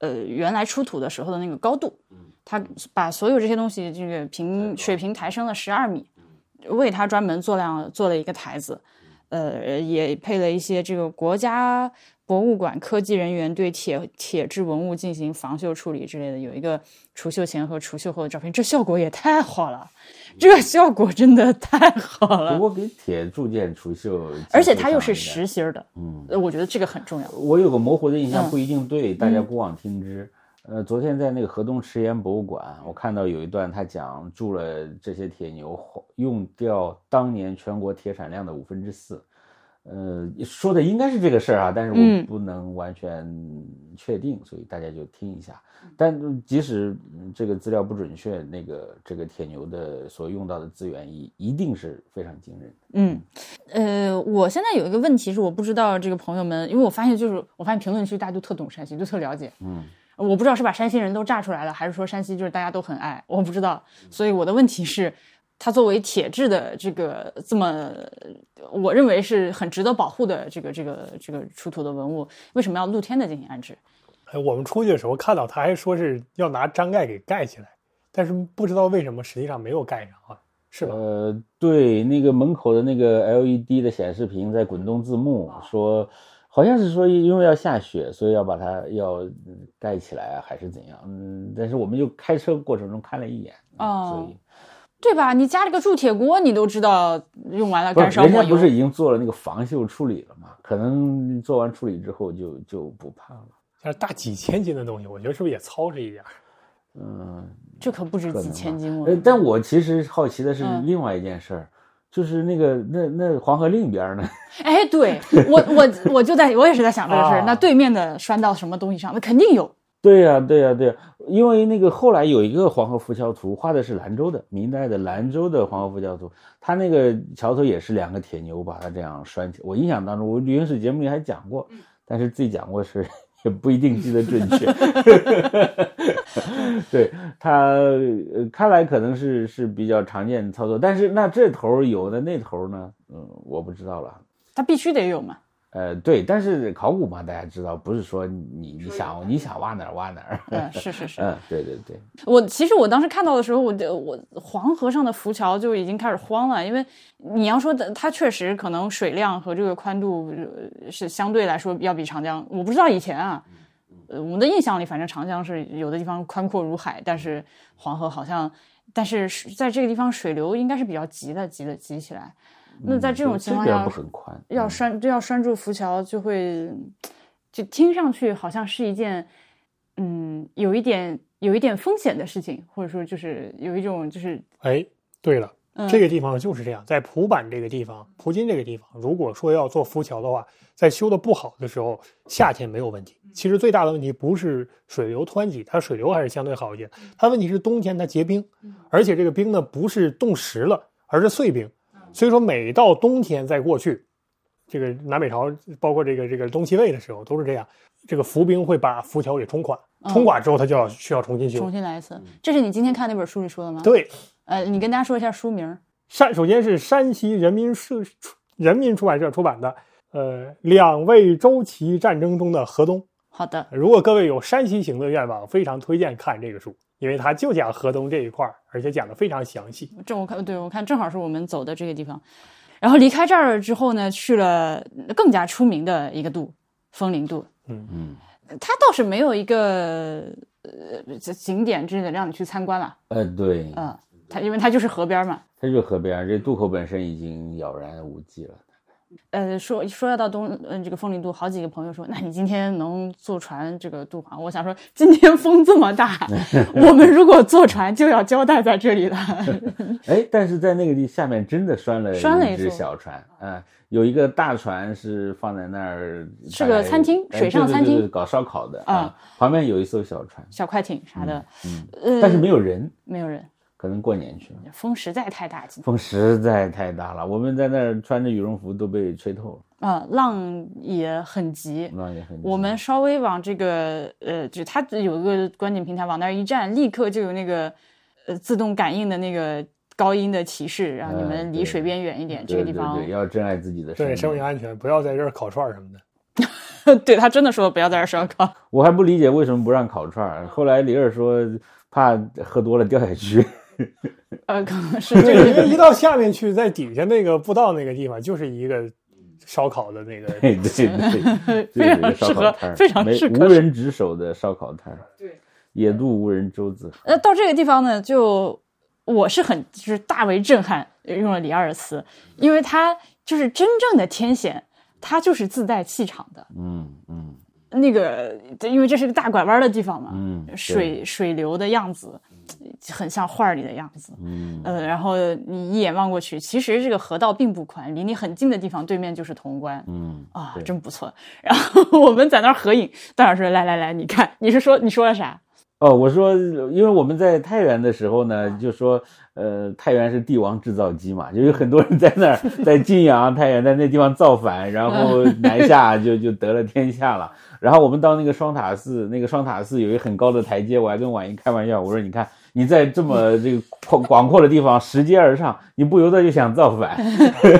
呃原来出土的时候的那个高度。它把所有这些东西这个平水平抬升了十二米，为它专门做量做了一个台子，呃，也配了一些这个国家博物馆科技人员对铁铁质文物进行防锈处理之类的，有一个除锈前和除锈后的照片，这效果也太好了，这个效果真的太好不了，过给铁铸件除锈，而且它又是基本上应实心儿的，该，嗯，呃我觉得这个很重要。我有个模糊的印象，嗯不一定对，大家姑妄听之。呃，昨天在那个河东池盐博物馆，我看到有一段他讲铸了这些铁牛，花用掉当年全国铁产量的五分之四。呃，说的应该是这个事儿啊，但是嗯我不能完全确定，所以大家就听一下。但即使嗯这个资料不准确，那个这个铁牛的所用到的资源一一定是非常惊人的。嗯，呃，我现在有一个问题是我不知道这个朋友们，因为我发现就是我发现评论区大家都特懂山西，就特了解。嗯，我不知道是把山西人都炸出来了，还是说山西就是大家都很爱，我不知道。嗯所以我的问题是，它作为铁质的这个这么，我认为是很值得保护的这个这个这个出土的文物，为什么要露天的进行安置？哎，我们出去的时候看到他还说是要拿章盖给盖起来，但是不知道为什么实际上没有盖上啊，是嗯吧？E 呃，对，那个门口的那个 LED 的显示屏在滚动字幕，说，好像是说因为要下雪，所以要把它要嗯盖起来啊，还是怎样？嗯，但是我们就开车过程中看了一眼，嗯哦所以对吧？你家里个铸铁锅，你都知道用完了不干是烧人家末油不是已经做了那个防锈处理了吗？可能做完处理之后就就不怕了。像是大几千斤的东西，我觉得是不是也操持一点儿？嗯，这可不止可几能千吧斤了。呃，但我其实好奇的是嗯另外一件事儿，就是那个那那黄河另一边儿呢，哎，对我我我就在我也是在想这个事儿。啊那对面的拴到什么东西上？那肯定有。对呀、对呀、对呀、因为那个后来有一个黄河浮桥图，画的是兰州的明代的兰州的黄河浮桥图，它那个桥头也是两个铁牛把它这样拴起。我印象当中，我原始节目里还讲过，但是自己讲过是也不一定记得准确。对它、呃，看来可能是是比较常见的操作，但是那这头儿有的那头儿呢，嗯，我不知道了。它必须得有嘛。呃，对，但是考古嘛，大家知道，不是说你你想你想挖哪儿挖哪儿。嗯，是是是。嗯，对对对，我其实我当时看到的时候，我就我黄河上的浮桥就已经开始慌了，因为你要说的它确实可能水量和这个宽度呃是相对来说要比长江，我不知道以前啊，嗯呃，我们的印象里反正长江是有的地方宽阔如海，但是黄河好像，但是水在这个地方水流应该是比较急的，急的急起来。那在嗯这种情况下边不，很宽，要嗯拴就要拴住浮桥，就会就听上去好像是一件嗯有一点有一点风险的事情，或者说就是有一种就是哎，对了，嗯这个地方就是这样，在普坂这个地方，普金这个地方，如果说要做浮桥的话，在修的不好的时候，夏天没有问题。嗯其实最大的问题不是水流湍急，它水流还是相对好一些，嗯它问题是冬天它结冰，而且这个冰呢不是冻实了，而是碎冰，嗯所以说每到冬天再过去，这个南北朝包括这个这个东西魏的时候都是这样，这个浮冰会把浮桥给冲垮，冲垮之后它就要嗯需要重新修嗯重。新来一次。这是你今天看那本书里说的吗？，对，呃，你跟大家说一下书名儿。山首先是山西人民社出人民出版社出版的，呃，两位周琦战争中的河东。好的，如果各位有山西行的愿望，非常推荐看这个书，因为它就讲河东这一块儿，而且讲的非常详细。这我看，对我看正好是我们走的这个地方。然后离开这儿之后呢，去了更加出名的一个度——风陵渡。嗯，它倒是没有一个呃景点之类的让你去参观了，呃，对，嗯、它因为它就是河边儿嘛，它就河边儿，这渡口本身已经杳然无际了。呃，说说要到东，嗯、这个风陵渡，好几个朋友说，那你今天能坐船这个渡吗？我想说，今天风这么 大，我们如果坐船就要交代在这里了。哎，但是在那个地下面真的拴了嗯拴了一只艘小船，嗯、有一个大船是放在那儿，是大个概餐厅哎水对上对餐对厅对搞烧烤的啊啊，旁边有一艘小船，小快艇啥的，嗯，呃，但是没有人，没有人，可能过年去了，风实在太大风实在太大了，我们在那儿穿着羽绒服都被吹透了，啊、浪也很急。那也很我们稍微往这个呃，就它有一个观景平台，往那儿一站，立刻就有那个呃自动感应的那个高音的提示，让你嗯们离对水边远一点。这对个地对方对，要珍爱自己的生对命，生命安全，不要在这儿烤串儿什么 的。 对他真的说不要在这儿烧烤。我还不理解为什么不让烤串儿。后来李二说怕喝多了掉下去， 呃，可能是对，这因个为一到下面去，在底下那个步道那个地方，就是一个烧烤的那个 对对 对，这是一个烧烤摊儿非常没适合无人值守的烧烤摊儿，对，野渡无人舟自呃，到这个地方呢，就我是很就是大为震撼，呃用了里尔斯，因为他就是真正的天险，他就是自带气场的。嗯嗯那个，因为这是个大拐弯的地方嘛，嗯，对，水水流的样子很像画儿里的样子。嗯呃，然后你一眼望过去，其实这个河道并不宽，离你很近的地方对面就是潼关。嗯啊，对真不错。 然后我们在那儿合影，段老师说来来来，你看，你是说你说了啥？哦，我说，因为我们在太原的时候呢，就说，呃，太原是帝王制造机嘛，就有很多人在那儿，在 晋阳、太原在那地方造反，然 后南下就就得了天下了。然后我们到那个双塔寺，那个双塔寺有一个很高的台阶，我还跟婉莹开玩笑，我说你看你在 这么这个广广阔的地方拾阶而上，你不由得就想造 反。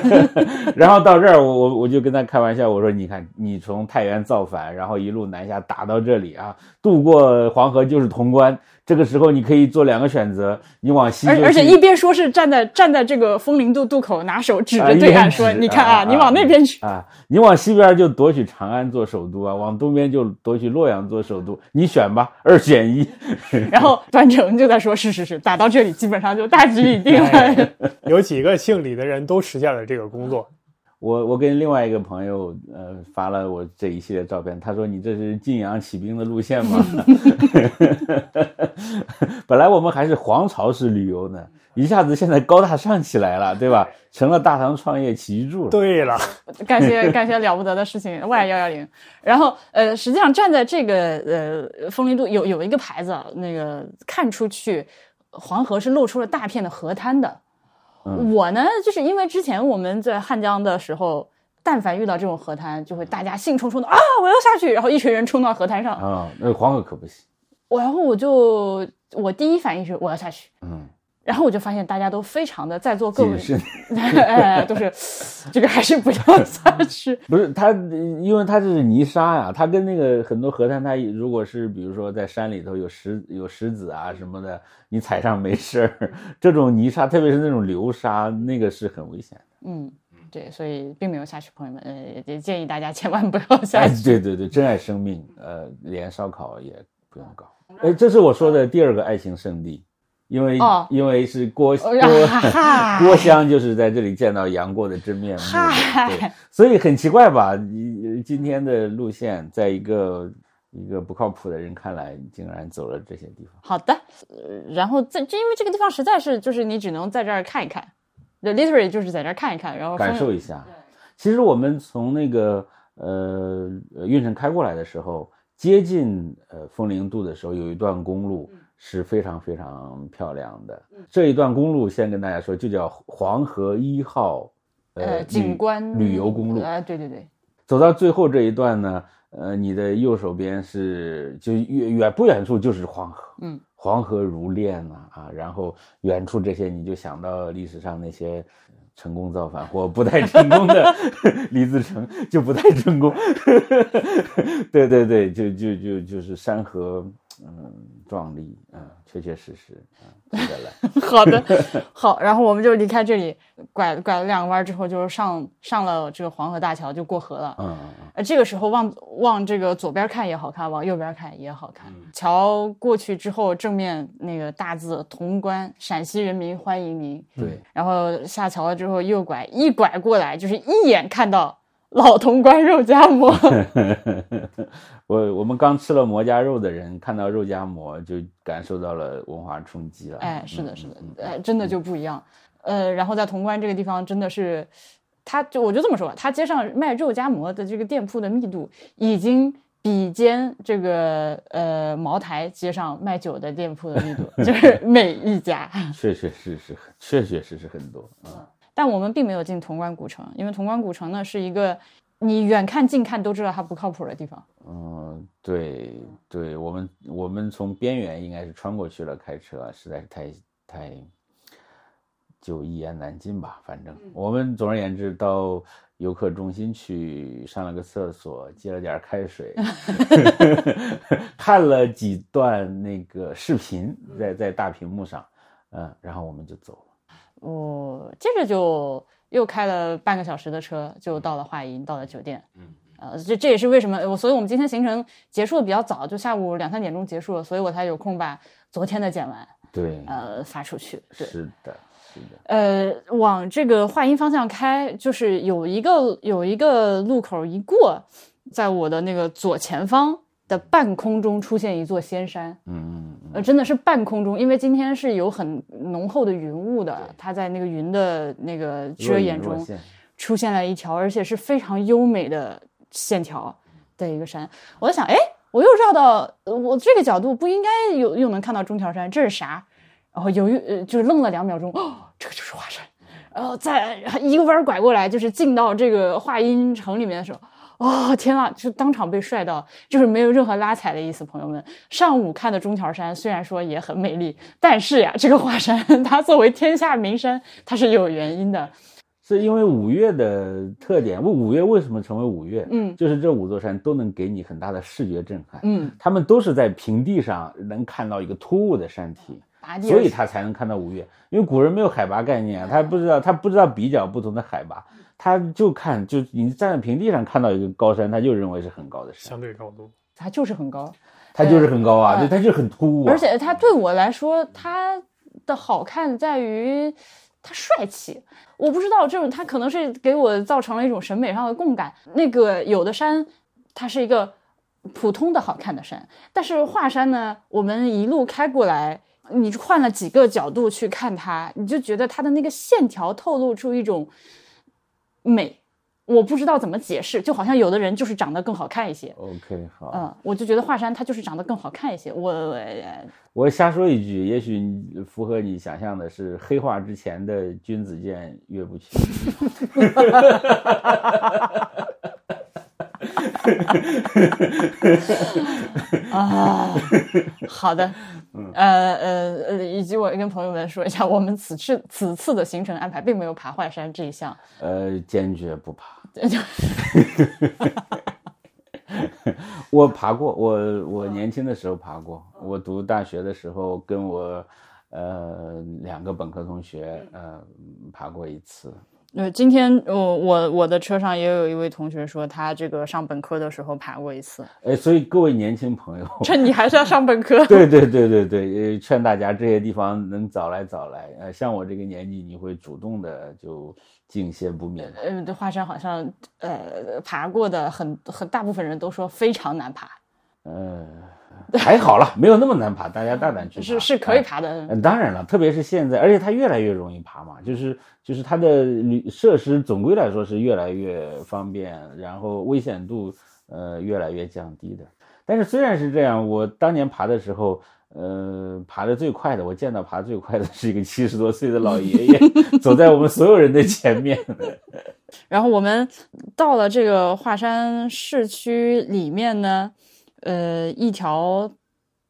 然后到这儿，我我我就跟他开玩笑，我说你看你从太原造反，然后一路南下打到这里啊，渡过黄河就是潼关，这个时候你可以做两个选择，你往西就去，而而且一边说是站在站在这个风陵渡渡口，拿手指啊着一对边岸说：“指你看啊啊你往那边去。啊，你往西边就夺取长安做首都啊，往东边就夺取洛阳做首都，你选吧，二选一。然后段成就在说：“是是是，打到这里基本上就大局已定哎 了。有几个姓李的人都实现了这个工作，我我跟另外一个朋友，呃，发了我这一系列照片，他说你这是晋阳起兵的路线吗？ 本来我们还是皇巢式旅游呢，一下子现在高大上起来了，对吧？成了大唐创业起居注了。对了，感谢感谢了不得的事情 Y 幺幺零。然后呃，实际上站在这个呃风陵渡有有一个牌子啊，那个看出去黄河是露出了大片的河滩的。嗯我呢，就是因为之前我们在汉江的时候，但凡遇到这种河滩，就会大家兴冲冲的啊，我要下去，然后一群人冲到河滩上，啊、那黄河可不行。我然后我就我第一反应是我要下去，嗯，然后我就发现大家都非常的在座各位谨，慎哎，都是这个还是不 要下去。不是它，因为它这是泥沙呀、它跟那个很多河滩，它如果是比如说在山里头有石有石子啊什么的，你踩上没事儿。这种泥沙，特别是那种流沙，那个是很危险的。嗯，对，所以并没有下去，朋友们，呃，也建议大家千万不要下哎去。，对对对，珍爱生命，呃，连烧烤也不用搞。哎，这是我说的第二个爱情圣地，因为、哦因为是郭郭哎 呀嗨郭襄就是在这里见到杨过的真面目嗨，对，所以很奇怪吧？你今天的路线，在一个一个不靠谱的人看来，竟然走了这些地方。好的，呃然后在这，因为这个地方实在是就是你只能在这儿看一看，对，literally 就是在这儿看一看，然后感风受一下。其实我们从那个呃呃运城开过来的时候，接近呃风陵渡的时候，有一段公路嗯是非常非常漂亮的。这一段公路先跟大家说，就叫黄河一号呃旅景观旅游公路。啊、对对 对，走到最后这一段呢，呃，你的右手边是就远远不远处就是黄河，嗯，黄河如练呐啊然后远处这些你就想到历史上那些成功造反或不太成功的李自成就不太成功， 对对对，就就就就是山河嗯壮丽啊、嗯确确实实啊，值得来。好的，好，然后我们就离开这里，拐拐了两个弯儿之后，就是上上了这个黄河大桥，就过河了。嗯，嗯呃，这个时候往往这个左边看也好看，往右边看也好看。桥过去之后，正面那个大字“潼关，陕西人民欢迎您”。嗯对，然后下桥了之后右拐，一拐过来就是一眼看到老潼关肉夹馍。 我我们刚吃了馍夹肉的人，看到肉夹馍就感受到了文化冲击了。哎，是嗯的，是的嗯，哎，真的就不一样。呃，然后在潼关这个地方，真的是，它就我就这么说吧，它街上卖肉夹馍的这个店铺的密度已经。比肩这个呃茅台街上卖酒的店铺的密度， 就是每一家。嗯确确实实，确确实实很多。嗯，但我们并没有进潼关古城，因为潼关古城呢是一个你远看近看都知道它不靠谱的地方。嗯对对，我们我们从边缘应该是穿过去了，开车啊实在是太太就一言难尽吧。反正嗯我们总而言之到。游客中心去上了个厕所，接了点开 水，看了几段那个视频，嗯在在大屏幕上，嗯，然后我们就走了。哦，接着就又开了半个小时的车，就到了华阴，到了酒店。嗯，呃，这这也是为什么我，所以我们今天行程结束的比较早，就下午两三点钟结束了，所以我才有空把昨天的剪完，对，呃，发出去。对，是的，是的，呃，往这个华阴方向开，就是有一个有一个路口一过，在我的那个左前方的半空中出现一座仙山。嗯嗯呃，真的是半空中，因为今天是有很浓厚的云雾的，它在那个云的那个嗯，遮若隐掩若中现出现了一条，而且是非常优美的线条的一个山。我在想，哎，我又绕到呃我这个角度，不应该有又能看到中条山，这是啥？然后犹豫，呃，就是愣了两秒钟，哦，这个就是华山。然后再一个弯儿拐过来，就是进到这个华阴城里面的时候，哦，天呐，就当场被帅到，就是没有任何拉踩的意思，朋友们。上午看的中条山虽然说也很美 丽，但是呀，这个华山它作为天下名山，它是有原因的。是因为五岳的特点，五岳为什么成为五岳？嗯就是这五座山都能给你很大的视觉震撼，嗯，他们都是在平地上能看到一个突兀的山体，拔地而所以起他才能看到五岳。因为古人没有海拔概嗯念，啊他不知道他不知道比较不同的海拔，他就看就你站在平地上看到一个高山，他就认为是很高的山，相对高度，它就是很高，它就是很高啊，嗯对，它就是很突兀、啊，而且它对我来说，它的好看在于它帅气。我不知道这种，它可能是给我造成了一种审美上的共感。那个有的山，它是一个普通的好看的山，但是华山呢，我们一路开过来。你换了几个角度去看它，你就觉得它的那个线条透露出一种美，我不知道怎么解释，就好像有的人就是长得更好看一些， OK 好，嗯，我就觉得华山它就是长得更好看一些。我呃我瞎说一句，也许你符合你想象的是黑化之前的君子剑岳不群。啊，好 的，嗯呃呃呃，以及我跟朋友们说一下，我们此次此次的行程安排并没有爬华山这一项，呃，坚决不爬。就 我爬过，我我年轻的时候爬过。我读大学的时候，跟我呃两个本科同学嗯呃爬过一次。呃，今天我我我的车上也有一位同学说，他这个上本科的时候爬过一次，哎，所以各位年轻朋友，？这你还是要上本科 对对对对对，呃，劝大家这些地方能早来早来。呃，像我这个年纪，你会主动的就尽些不免。 呃，这华山好像呃爬过的很很大部分人都说非常难爬，呃，还好了，没有那么难爬，大家大胆去爬是是可以啊爬的，嗯，当然了，特别是现在，而且它越来越容易爬嘛，就是就是它的旅设施总归来说是越来越方便，然后危险度呃越来越降低的。但是虽然是这样，我当年爬的时候，呃，爬的最快的，我见到爬最快的是一个七十多岁的老爷爷，走在我们所有人的前面。 然后我们到了这个华山市区里面呢，呃，一条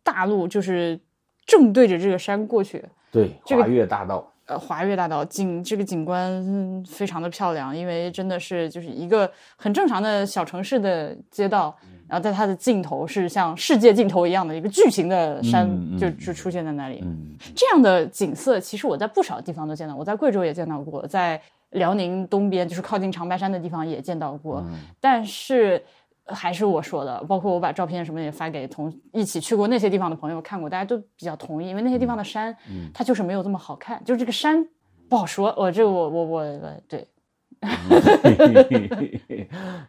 大路就是正对着这个山过去，对，这个华岳大道，呃，华岳大道景这个景观嗯非常的漂亮，因为真的是就是一个很正常的小城市的街道，嗯然后在它的尽头是像世界尽头一样的一个巨型的山，嗯嗯就嗯就出现在那里。嗯， 这样的景色，其实我在不少地方都见到，我在贵州也见到过，在辽宁东边就是靠近长白山的地方也见到过。嗯但是呃还是我说的，包括我把照片什么也发给同一起去过那些地方的朋友看过，大家都比较同意，因为那些地方的山，嗯它就是没有这么好看，就是这个山不好说。我这个我我我我嗯对，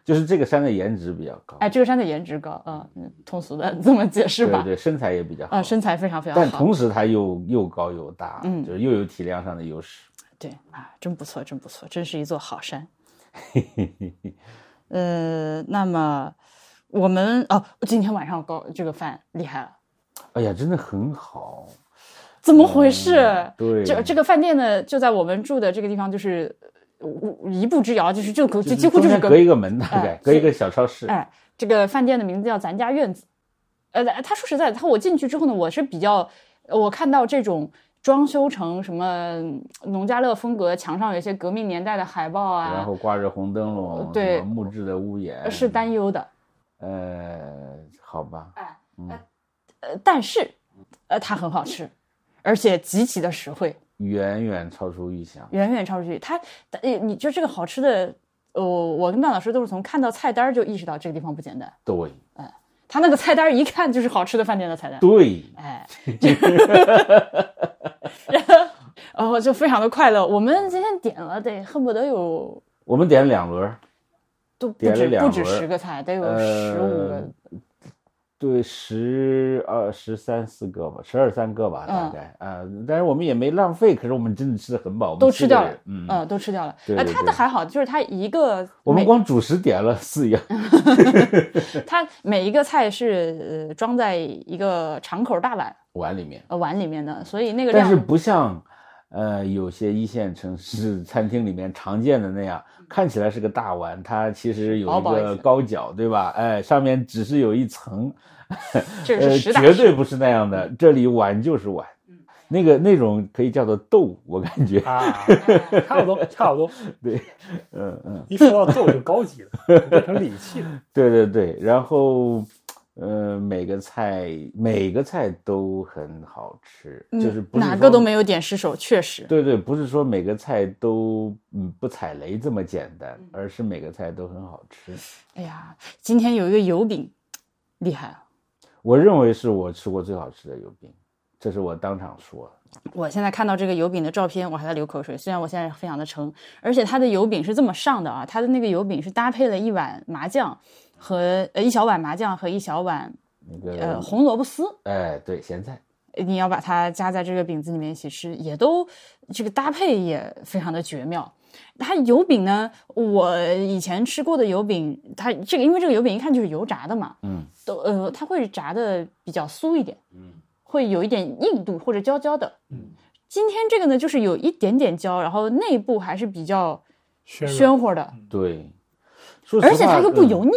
就是这个山的颜值比较高，哎，这个山的颜值高，嗯嗯，通俗的这么解释吧，对对，身材也比较好，啊、身材非常非常但好，同时它又又高又大，嗯就是又有体量上的优势。 对啊，真不错，真不错，真是一座好山。呃，那么我们哦，今天晚上高这个饭厉害了，哎呀，真的很好，怎么回事？嗯对，这这个饭店呢，就在我们住的这个地方，就是呃我一步之遥，就是就可就就几乎就是中间隔一个门，大概哎隔一是个小超市。哎，这个饭店的名字叫咱家院子。呃，他说实在，他我进去之后呢，我是比较，呃我看到这种装修成什么嗯农家乐风格，墙上有一些革命年代的海报然啊，后挂着红灯笼，什么呃对木质的屋檐是担忧的。呃，好吧，哎，嗯呃呃，但是，呃，它很好吃，而且极其的实惠。远远超出预想。远远超出去。它，呃，你就这个好吃的，呃，我跟段老师都是从看到菜单儿就意识到这个地方不简单。对他那个菜单儿一看就是好吃的饭店的菜单，对，哎，然后就非常的快乐。我们今天点了得恨不得有我们点了两轮儿，都不点了止两不止轮儿十个菜，得有十五个呃，，对，十二、十三四个吧，十二三个吧，大嗯概啊。但是我们也没浪费，可是我们真的吃的很饱，我们都四吃个掉人了嗯呃，都吃掉了。对呃，对他的对还好，就是他一个我们每嗯光主食点了 四样，它每一个菜是呃装在一个长口大碗碗里面，呃碗里面的，所以那个但量嗯是不像，呃，有些一线城市餐厅里面常见的那样，看起来是个大碗，它其实有薄一薄一个层高脚，对吧？哎，上面只是有一层，这个呃，是实打绝实嗯对不是那样的。这里碗就是碗，那个那种可以叫做斗，我感觉。 啊，差不多，差不多。对，嗯嗯，一说到揍就 高级了，变成礼器了。对对对。然后，呃，每个菜每个菜都很好吃，就是不嗯是哪个说都没有点失手，确实。对对，不是说每个菜都嗯不踩雷这么简单，嗯而是每个菜都很好吃。哎呀，今天有一个油饼，厉害啊！我认为是我吃过最好吃的油饼，这是我当场说的。我现在看到这个油饼的照片，我还在流口水。虽然我现在非常的撑，而且它的油饼是这么上的啊，它的那个油饼是搭配了一碗麻酱和呃一小碗麻酱和一小碗那个，呃红萝卜丝，哎，对，咸菜，你要把它夹在这个饼子里面一起吃，也都这个搭配也非常的绝妙。它油饼呢，我以前吃过的油饼，它这个因为这个油饼一看就是油炸的嘛，嗯都呃它会炸的比较酥一点，嗯会有一点硬度或者焦焦的。嗯，今天这个呢，就是有一点点焦，然后内部还是比较轩暄乎的，对。说实话，而且它又不嗯油腻，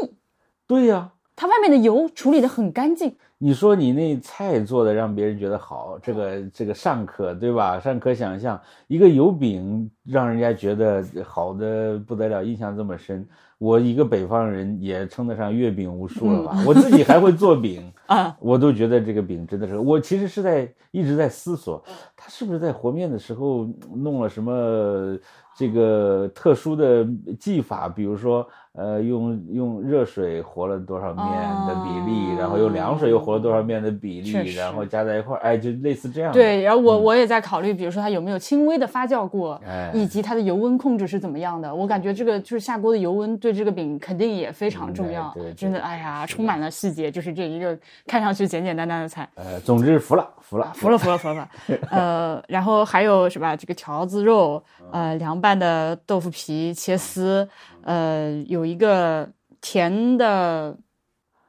对呀、它外面的油处理的很干净。你说你那菜做的让别人觉得好，这个这个尚可对吧？尚可想象，一个油饼让人家觉得好的不得了，印象这么深。我一个北方人也称得上阅饼无数了吧？我自己还会做饼啊，我都觉得这个饼真的是，我其实是在一直在思索，嗯他是不是在和面的时候嗯弄了什么这个特殊的技法，比如说呃用用热水和了多少面的比例，然后用凉水又和了多少面的比哦确例，实然后加在一块儿，哎，就类似这样的。，对，然后我我也在考虑，比如说它有没有轻微的发酵过，哎，以及它的油温控制是怎么样的。我感觉这个就是下锅的油温对这个饼肯定也非常重要嗯哎对。真的，对哎呀，是的充满了细节，就是这一个看上去简简单单的菜，呃，总之服了，服了，服了服了服了。 服了呃，然后还有是吧？这个条子肉，呃，嗯凉拌的豆腐皮切丝，呃，有一个甜的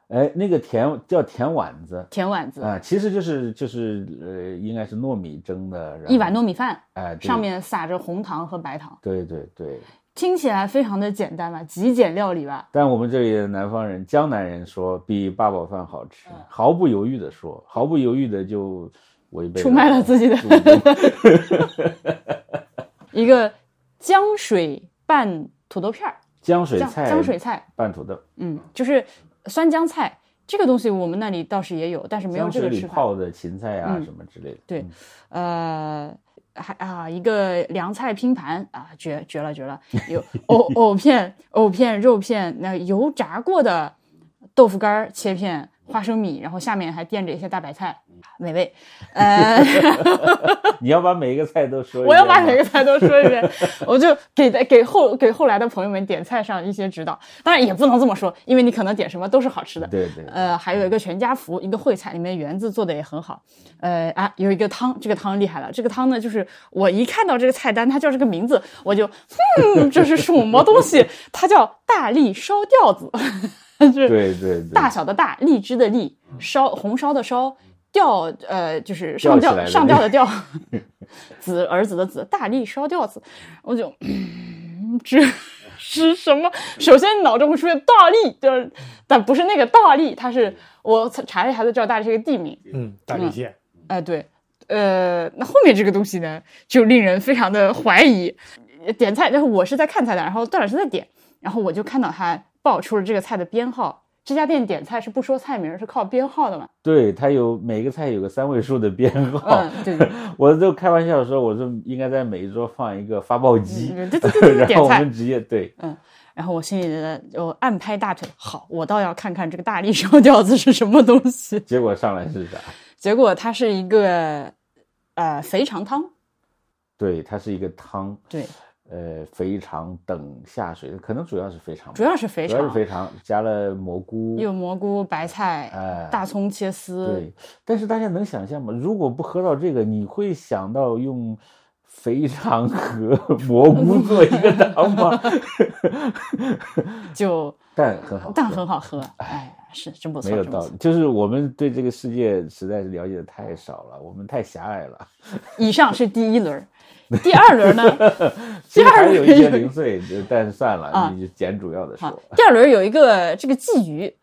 哎，那个甜叫甜碗子甜碗子，啊、其实就是就是呃，应该是糯米蒸的，然后一碗糯米饭，哎，嗯对上面撒着红糖和白糖，对对对。听起来非常的简单吧？极简料理吧？但我们这里的南方人、江南人说比八宝饭好嗯吃，毫不犹豫的说，毫不犹豫的就违背出卖了自己的祖宗一个浆水拌土豆片儿，江水浆菜、浆水菜，拌土豆，嗯，就是酸浆菜这个东西，我们那里倒是也有，但是没有江这水个里吃法。泡的芹菜啊嗯什么之类的。对嗯呃，还啊，一个凉菜拼盘啊，绝绝了绝了，有藕藕片、藕片、肉片，那油炸过的豆腐干儿切片。花生米，然后下面还垫着一些大白菜，美味。呃，你要把每一个菜都说一遍吗，我要把每个菜都说一遍，我就给给后给后来的朋友们点菜上一些指导。当然也不能这么说，因为你可能点什么都是好吃的。对对，呃，还有一个全家福，一个烩菜，里面圆子做的也很好。呃啊，有一个汤，这个汤厉害了。这个汤呢，就是我一看到这个菜单，它叫这个名字，我就， 嗯，这是什么东西？它叫大力烧吊子， 就是对对嗯对，大小的大，荔枝的荔，烧红烧的烧，吊呃就是上吊吊起来的上那吊的 吊，子儿子的子，大力烧吊子，我就嗯这是什么？首先脑中会出现大力，就是但不是那个大力，它是我查了一下就知道大力是个地名，嗯，大力蟹，哎、对，呃，那后面这个东西呢，就令人非常的怀疑。点菜，但是我是在看菜单，然后段老师在点，然后我就看到他报出了这个菜的编号。这家店点菜是不说菜名儿，是靠编号的嘛？对它有每个菜有个三位数的编号，嗯， 对对我都开玩笑说，我说应该在每一桌放一个发报机，对对对对对，嗯 然后点我菜们。直接对，然后我心里的我暗拍大腿，好，我倒要看看这个大力烧饺子是什么东西。结果上来是啥？结果它是一个呃肥肠汤，对，它是一个汤，对，呃，肥肠等下水，可能主要是肥肠吧，主要是肥主要是肠，肥肠，加了蘑菇，有蘑菇、白菜、哎，大葱切丝，对。但是大家能想象吗？如果不喝到这个，你会想到用肥肠和 蘑 菇做一个汤吗？ 就但很好，但很好喝，哎，是真不错，没有真不道错理，就是我们对这个世界实在是了解的太少了，我们太狭隘 了。以上是第一轮儿，第二轮 呢？其实还有一些有零碎，就但是算了，啊你就捡主要的好说。，第二轮有一个这个鲫鱼，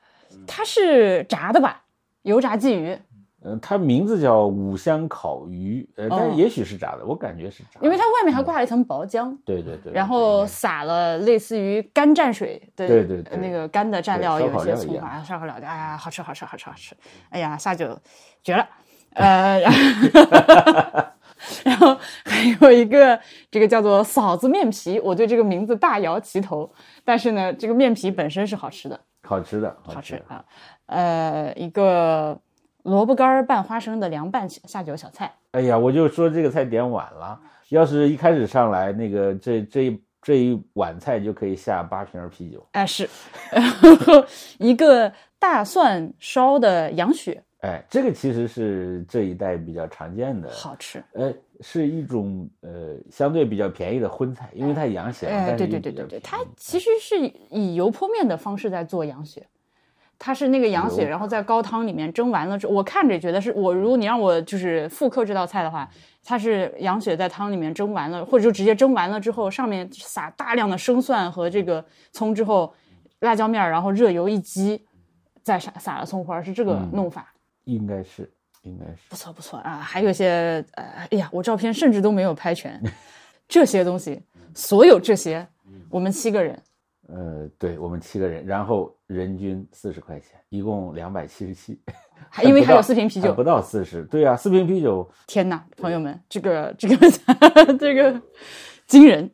它是炸的吧？油炸鲫鱼，呃，它名字叫五香烤鱼，呃，但哦也许是炸的，我感觉是炸的，因为它外面还挂了一层薄浆，对对对，然对后撒了类似于干蘸水的对对对那个干的蘸料，对有烧烤一料些一葱样花、烧烤料的，哎呀，好吃好吃好吃好吃，哎呀，下酒绝 了，呃，然后然后 还有一个这个叫做嫂子面皮，我对这个名字大摇其头，但是呢，这个面皮本身是好吃的，好吃的，好吃吃的，啊，呃，一个萝卜干儿拌花生的凉拌下酒小菜，哎呀，我就说这个菜点晚了，要是一开始上来那个这这一这一碗菜就可以下八瓶儿啤酒，哎、是， 然后一个大蒜烧的羊血，哎，这个其实是这一代比较常见的，好吃。呃，是一种呃相对比较便宜的荤菜，因为它养血嘛，哎，但是对又对比对较对对，便它宜其实是以油泼面的方式在做羊血，它是那个羊血，油然后在高汤里面蒸完了之后，我看着觉得是我，如果你让我就是复刻这道菜的话，它是羊血在汤里面蒸完了，或者就直接蒸完了之后，上面撒大量的生蒜和这个葱之后，辣椒面儿，然后热油一激，再撒撒了葱花儿，是这个嗯弄法。应该是应该是不错不错啊，还有一些呃，哎呀，我照片甚至都没有拍 全，这些东西，嗯所有这些，我们七个人，呃，对我们七个人，然后人均四十块钱，一共两百七十七，还因为嗯不还有到四瓶啤还酒不，到四十，对啊，四瓶啤酒，天哪，朋友们，这个这个这个 惊人，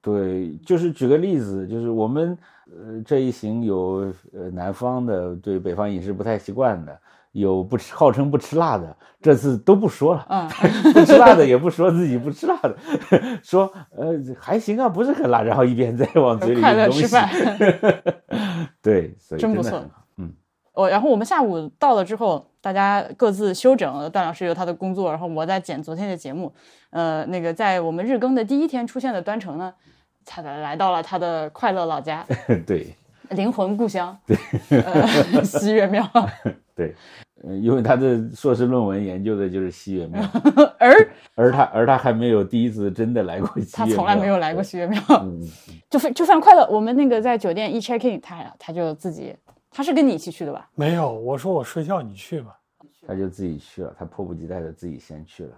对，就是举个例子，就是我们呃这一行有呃南方的对北方饮食不太习惯的，有不吃号称不吃辣的，这次都不说了，嗯，不吃辣的也不说自己不吃辣的， 说呃还行啊，不是很辣，然后一边在往嘴里快运乐东西吃饭， 对，所以真不的错很好，嗯，我然后我们下午到了之后，大家各自休整。段老师有他的工作，然后我在剪昨天的节目。呃，那个在我们日更的第一天出现的端成呢，他来到了他的快乐老 家，对灵魂故乡，呃， 西岳庙。对，呃因为他的硕士论文研究的就是西岳庙， 而而他而他还没有第一次真的来过西岳他从来没庙有来过，西岳庙，嗯， 就非就非常快乐。我们那个在酒店一 check in，他他就自己，他是跟你一起去的吧？没有，我说我睡觉，你去吧。他就自己去了，他迫不及待的自己先去了。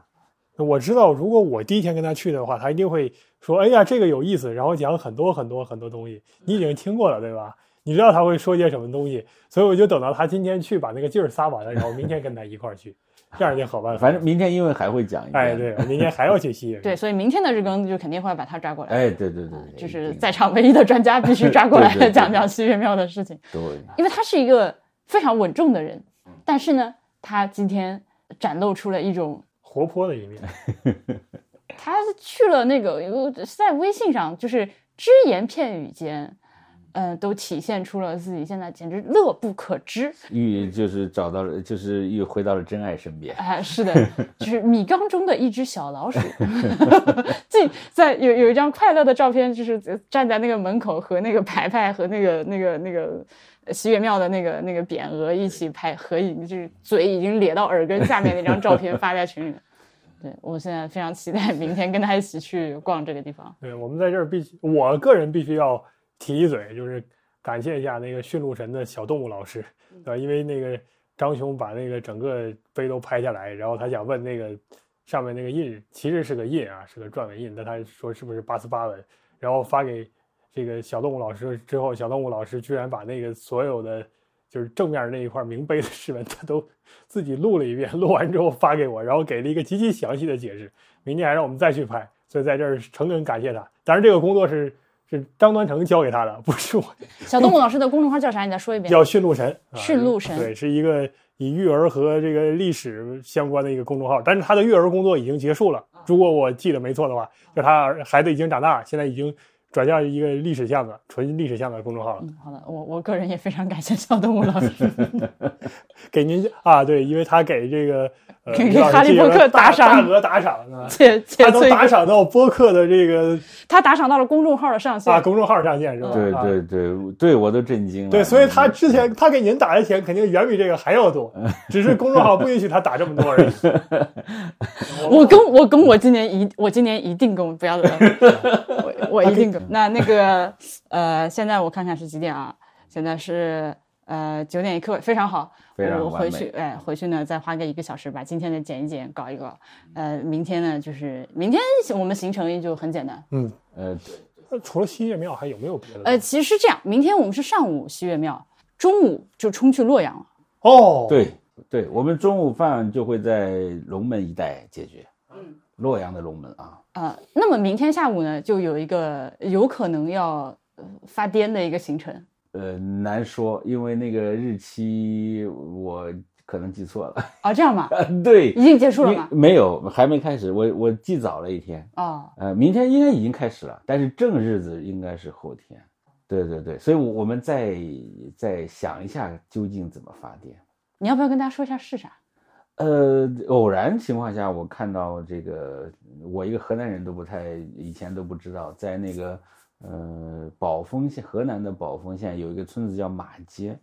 我知道，如果我第一天跟他去的话，他一定会说：“哎呀，这个有意思。”然后讲很多很多很多东西，你已经听过了，对吧？你知道他会说些什么东西，所以我就等到他今天去把那个劲儿撒完了，然后明天跟他一块儿去，这样就好办了。反正明天因为还会讲一遍。哎，对，我明天还要去西对，所以明天的日更就肯定会把他抓过来。哎，对对对对，嗯就是一定在场唯一的专家必须抓过来对对对讲讲西岳庙的事情，对，因为他是一个非常稳重的人，嗯但是呢，他今天展露出了一种。活泼的一面。他去了那个呃在微信上，就是只言片语间，嗯、都体现出了自己现在简直乐不可支。又就是找到了，就是又回到了真爱身边。哎，是的，就是米缸中的一只小老鼠， 这在有有一张快乐的照片，就是站在那个门口和那个牌牌和那个那个那个西岳庙的那个那个匾额一起拍合影，就是嘴已经咧到耳根下面那张照片发在群里面。 对我现在非常期待明天跟他一起去逛这个地方。对，我们在这儿必须，我个人必须要提一嘴，就是感谢一下那个驯鹿神的小动物老师，对吧？因为那个张雄把那个整个碑都拍下来，然后他想问那个上面那个印其实是个印啊，是个篆文印，但他说是不是八四八文，然后发给这个小动物老师之后，小动物老师居然把那个所有的就是正面那一块明碑的诗文，他都自己录了一遍，录完之后发给我，然后给了一个极其详细的解释。明天还让我们再去拍，所以在这儿诚恳感谢他。当然，这个工作是是张端成交给他的，不是我小动物老师的公众号叫啥？你再说一遍。叫驯鹿神。啊驯鹿神对，是一个以育儿和这个历史相关的一个公众号，但是他的育儿工作已经结束了。啊如果我记得没错的话，就他儿孩子已经长大，现在已经转向一个历史项目，纯历史项目的公众号了。嗯，好的，我我个人也非常感谢小动物老师，给您啊，对，因为他给这个呃 给于老师哈利进行波特了打大赏大额打赏 呢。且且他都最打赏到播客的这个他打赏到了公众号的上限啊。公众号上线是吧？嗯对啊对对对，我都震惊了。对，所以他之前他给您打的钱肯定远比这个还要多，只是公众号不允许他打这么多而 已。我跟我跟我今年一我今年一定跟不要 我我一定跟。那那个呃，现在我看看是几点啊？现在是呃，九点一刻非常好，非常我完回美去，哎，回去呢再花个一个小时把今天的剪一剪，搞一搞。呃，明天呢就是明天我们行程就很简单。呃，那除了西岳庙还有没有别的？呃，，其实这样，明天我们是上午西岳庙，中午就冲去洛阳了。哦，，对对，我们中午饭就会在龙门一带解决，嗯，洛阳的龙门啊，呃，那么明天下午呢，就有一个有可能要呃发癫的一个行程。呃，难说，因为那个日期我可能记错了， 哦，这样吧，对，已经结束了因吗？没有，还没开始，我我记早了一天，哦，呃，明天应该已经开始了，但是正日子应该是后天。对对对，所以我，我们再再想一下究竟怎么发电。你要不要跟大家说一下是啥？呃，偶然情况下，我看到这个，我一个河南人都不太，以前都不知道，在那个呃宝丰县，河南的宝丰县有一个村子叫马街，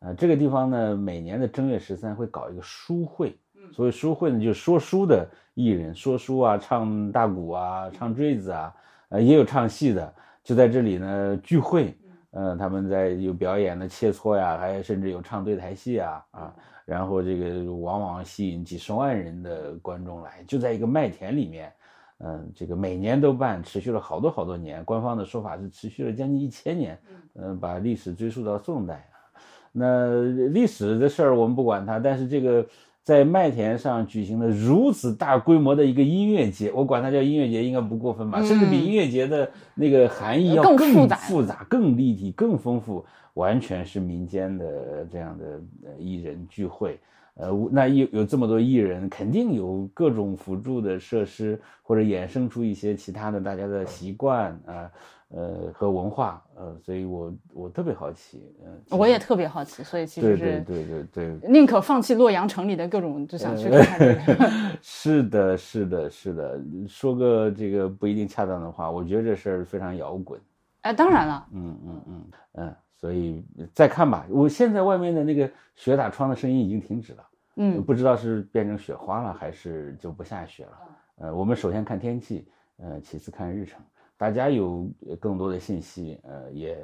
呃，这个地方呢，每年的正月十三会搞一个书会，所谓书会呢，就是说书的艺人，说书啊，唱大鼓啊，唱坠子啊，呃，也有唱戏的，就在这里呢聚会，呃，他们在有表演的切磋呀，还甚至有唱对台戏啊，啊。然后这个往往吸引几十万人的观众来，就在一个麦田里面，嗯，这个每年都办，持续了好多好多年，官方的说法是持续了将近一千年，嗯，把历史追溯到宋代啊。那历史的事儿我们不管它，但是这个在麦田上举行的如此大规模的一个音乐节，我管它叫音乐节应该不过分吧，甚至比嗯音乐节的那个含义要更更复杂复杂、更立体、更丰富，完全是民间的这样的呃艺人聚会。呃，我那有有这么多艺人，肯定有各种辅助的设施，或者衍生出一些其他的大家的习惯啊、呃，和文化，呃，所以我我特别好奇，嗯、我也特别好奇，所以其对实对是对对对， 宁可放弃洛阳城里的各种，就想去看看这个。 是的，是的，是的，说个这个不一定恰当的话，我觉得这事儿非常摇滚，哎，当然了，嗯嗯嗯嗯，所以再看吧，我现在外面的那个雪打窗的声音已经停止了。嗯，不知道是变成雪花了，还是就不下雪了。呃，我们首先看天气，呃，其次看日程。大家有呃更多的信息，呃，也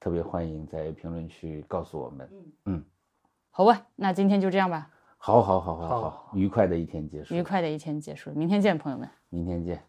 特别欢迎在评论区告诉我们。好吧，那今天就这样吧，好好好好好好，愉快的一天结束愉，快的一天结束，明天见，朋友们。明天见，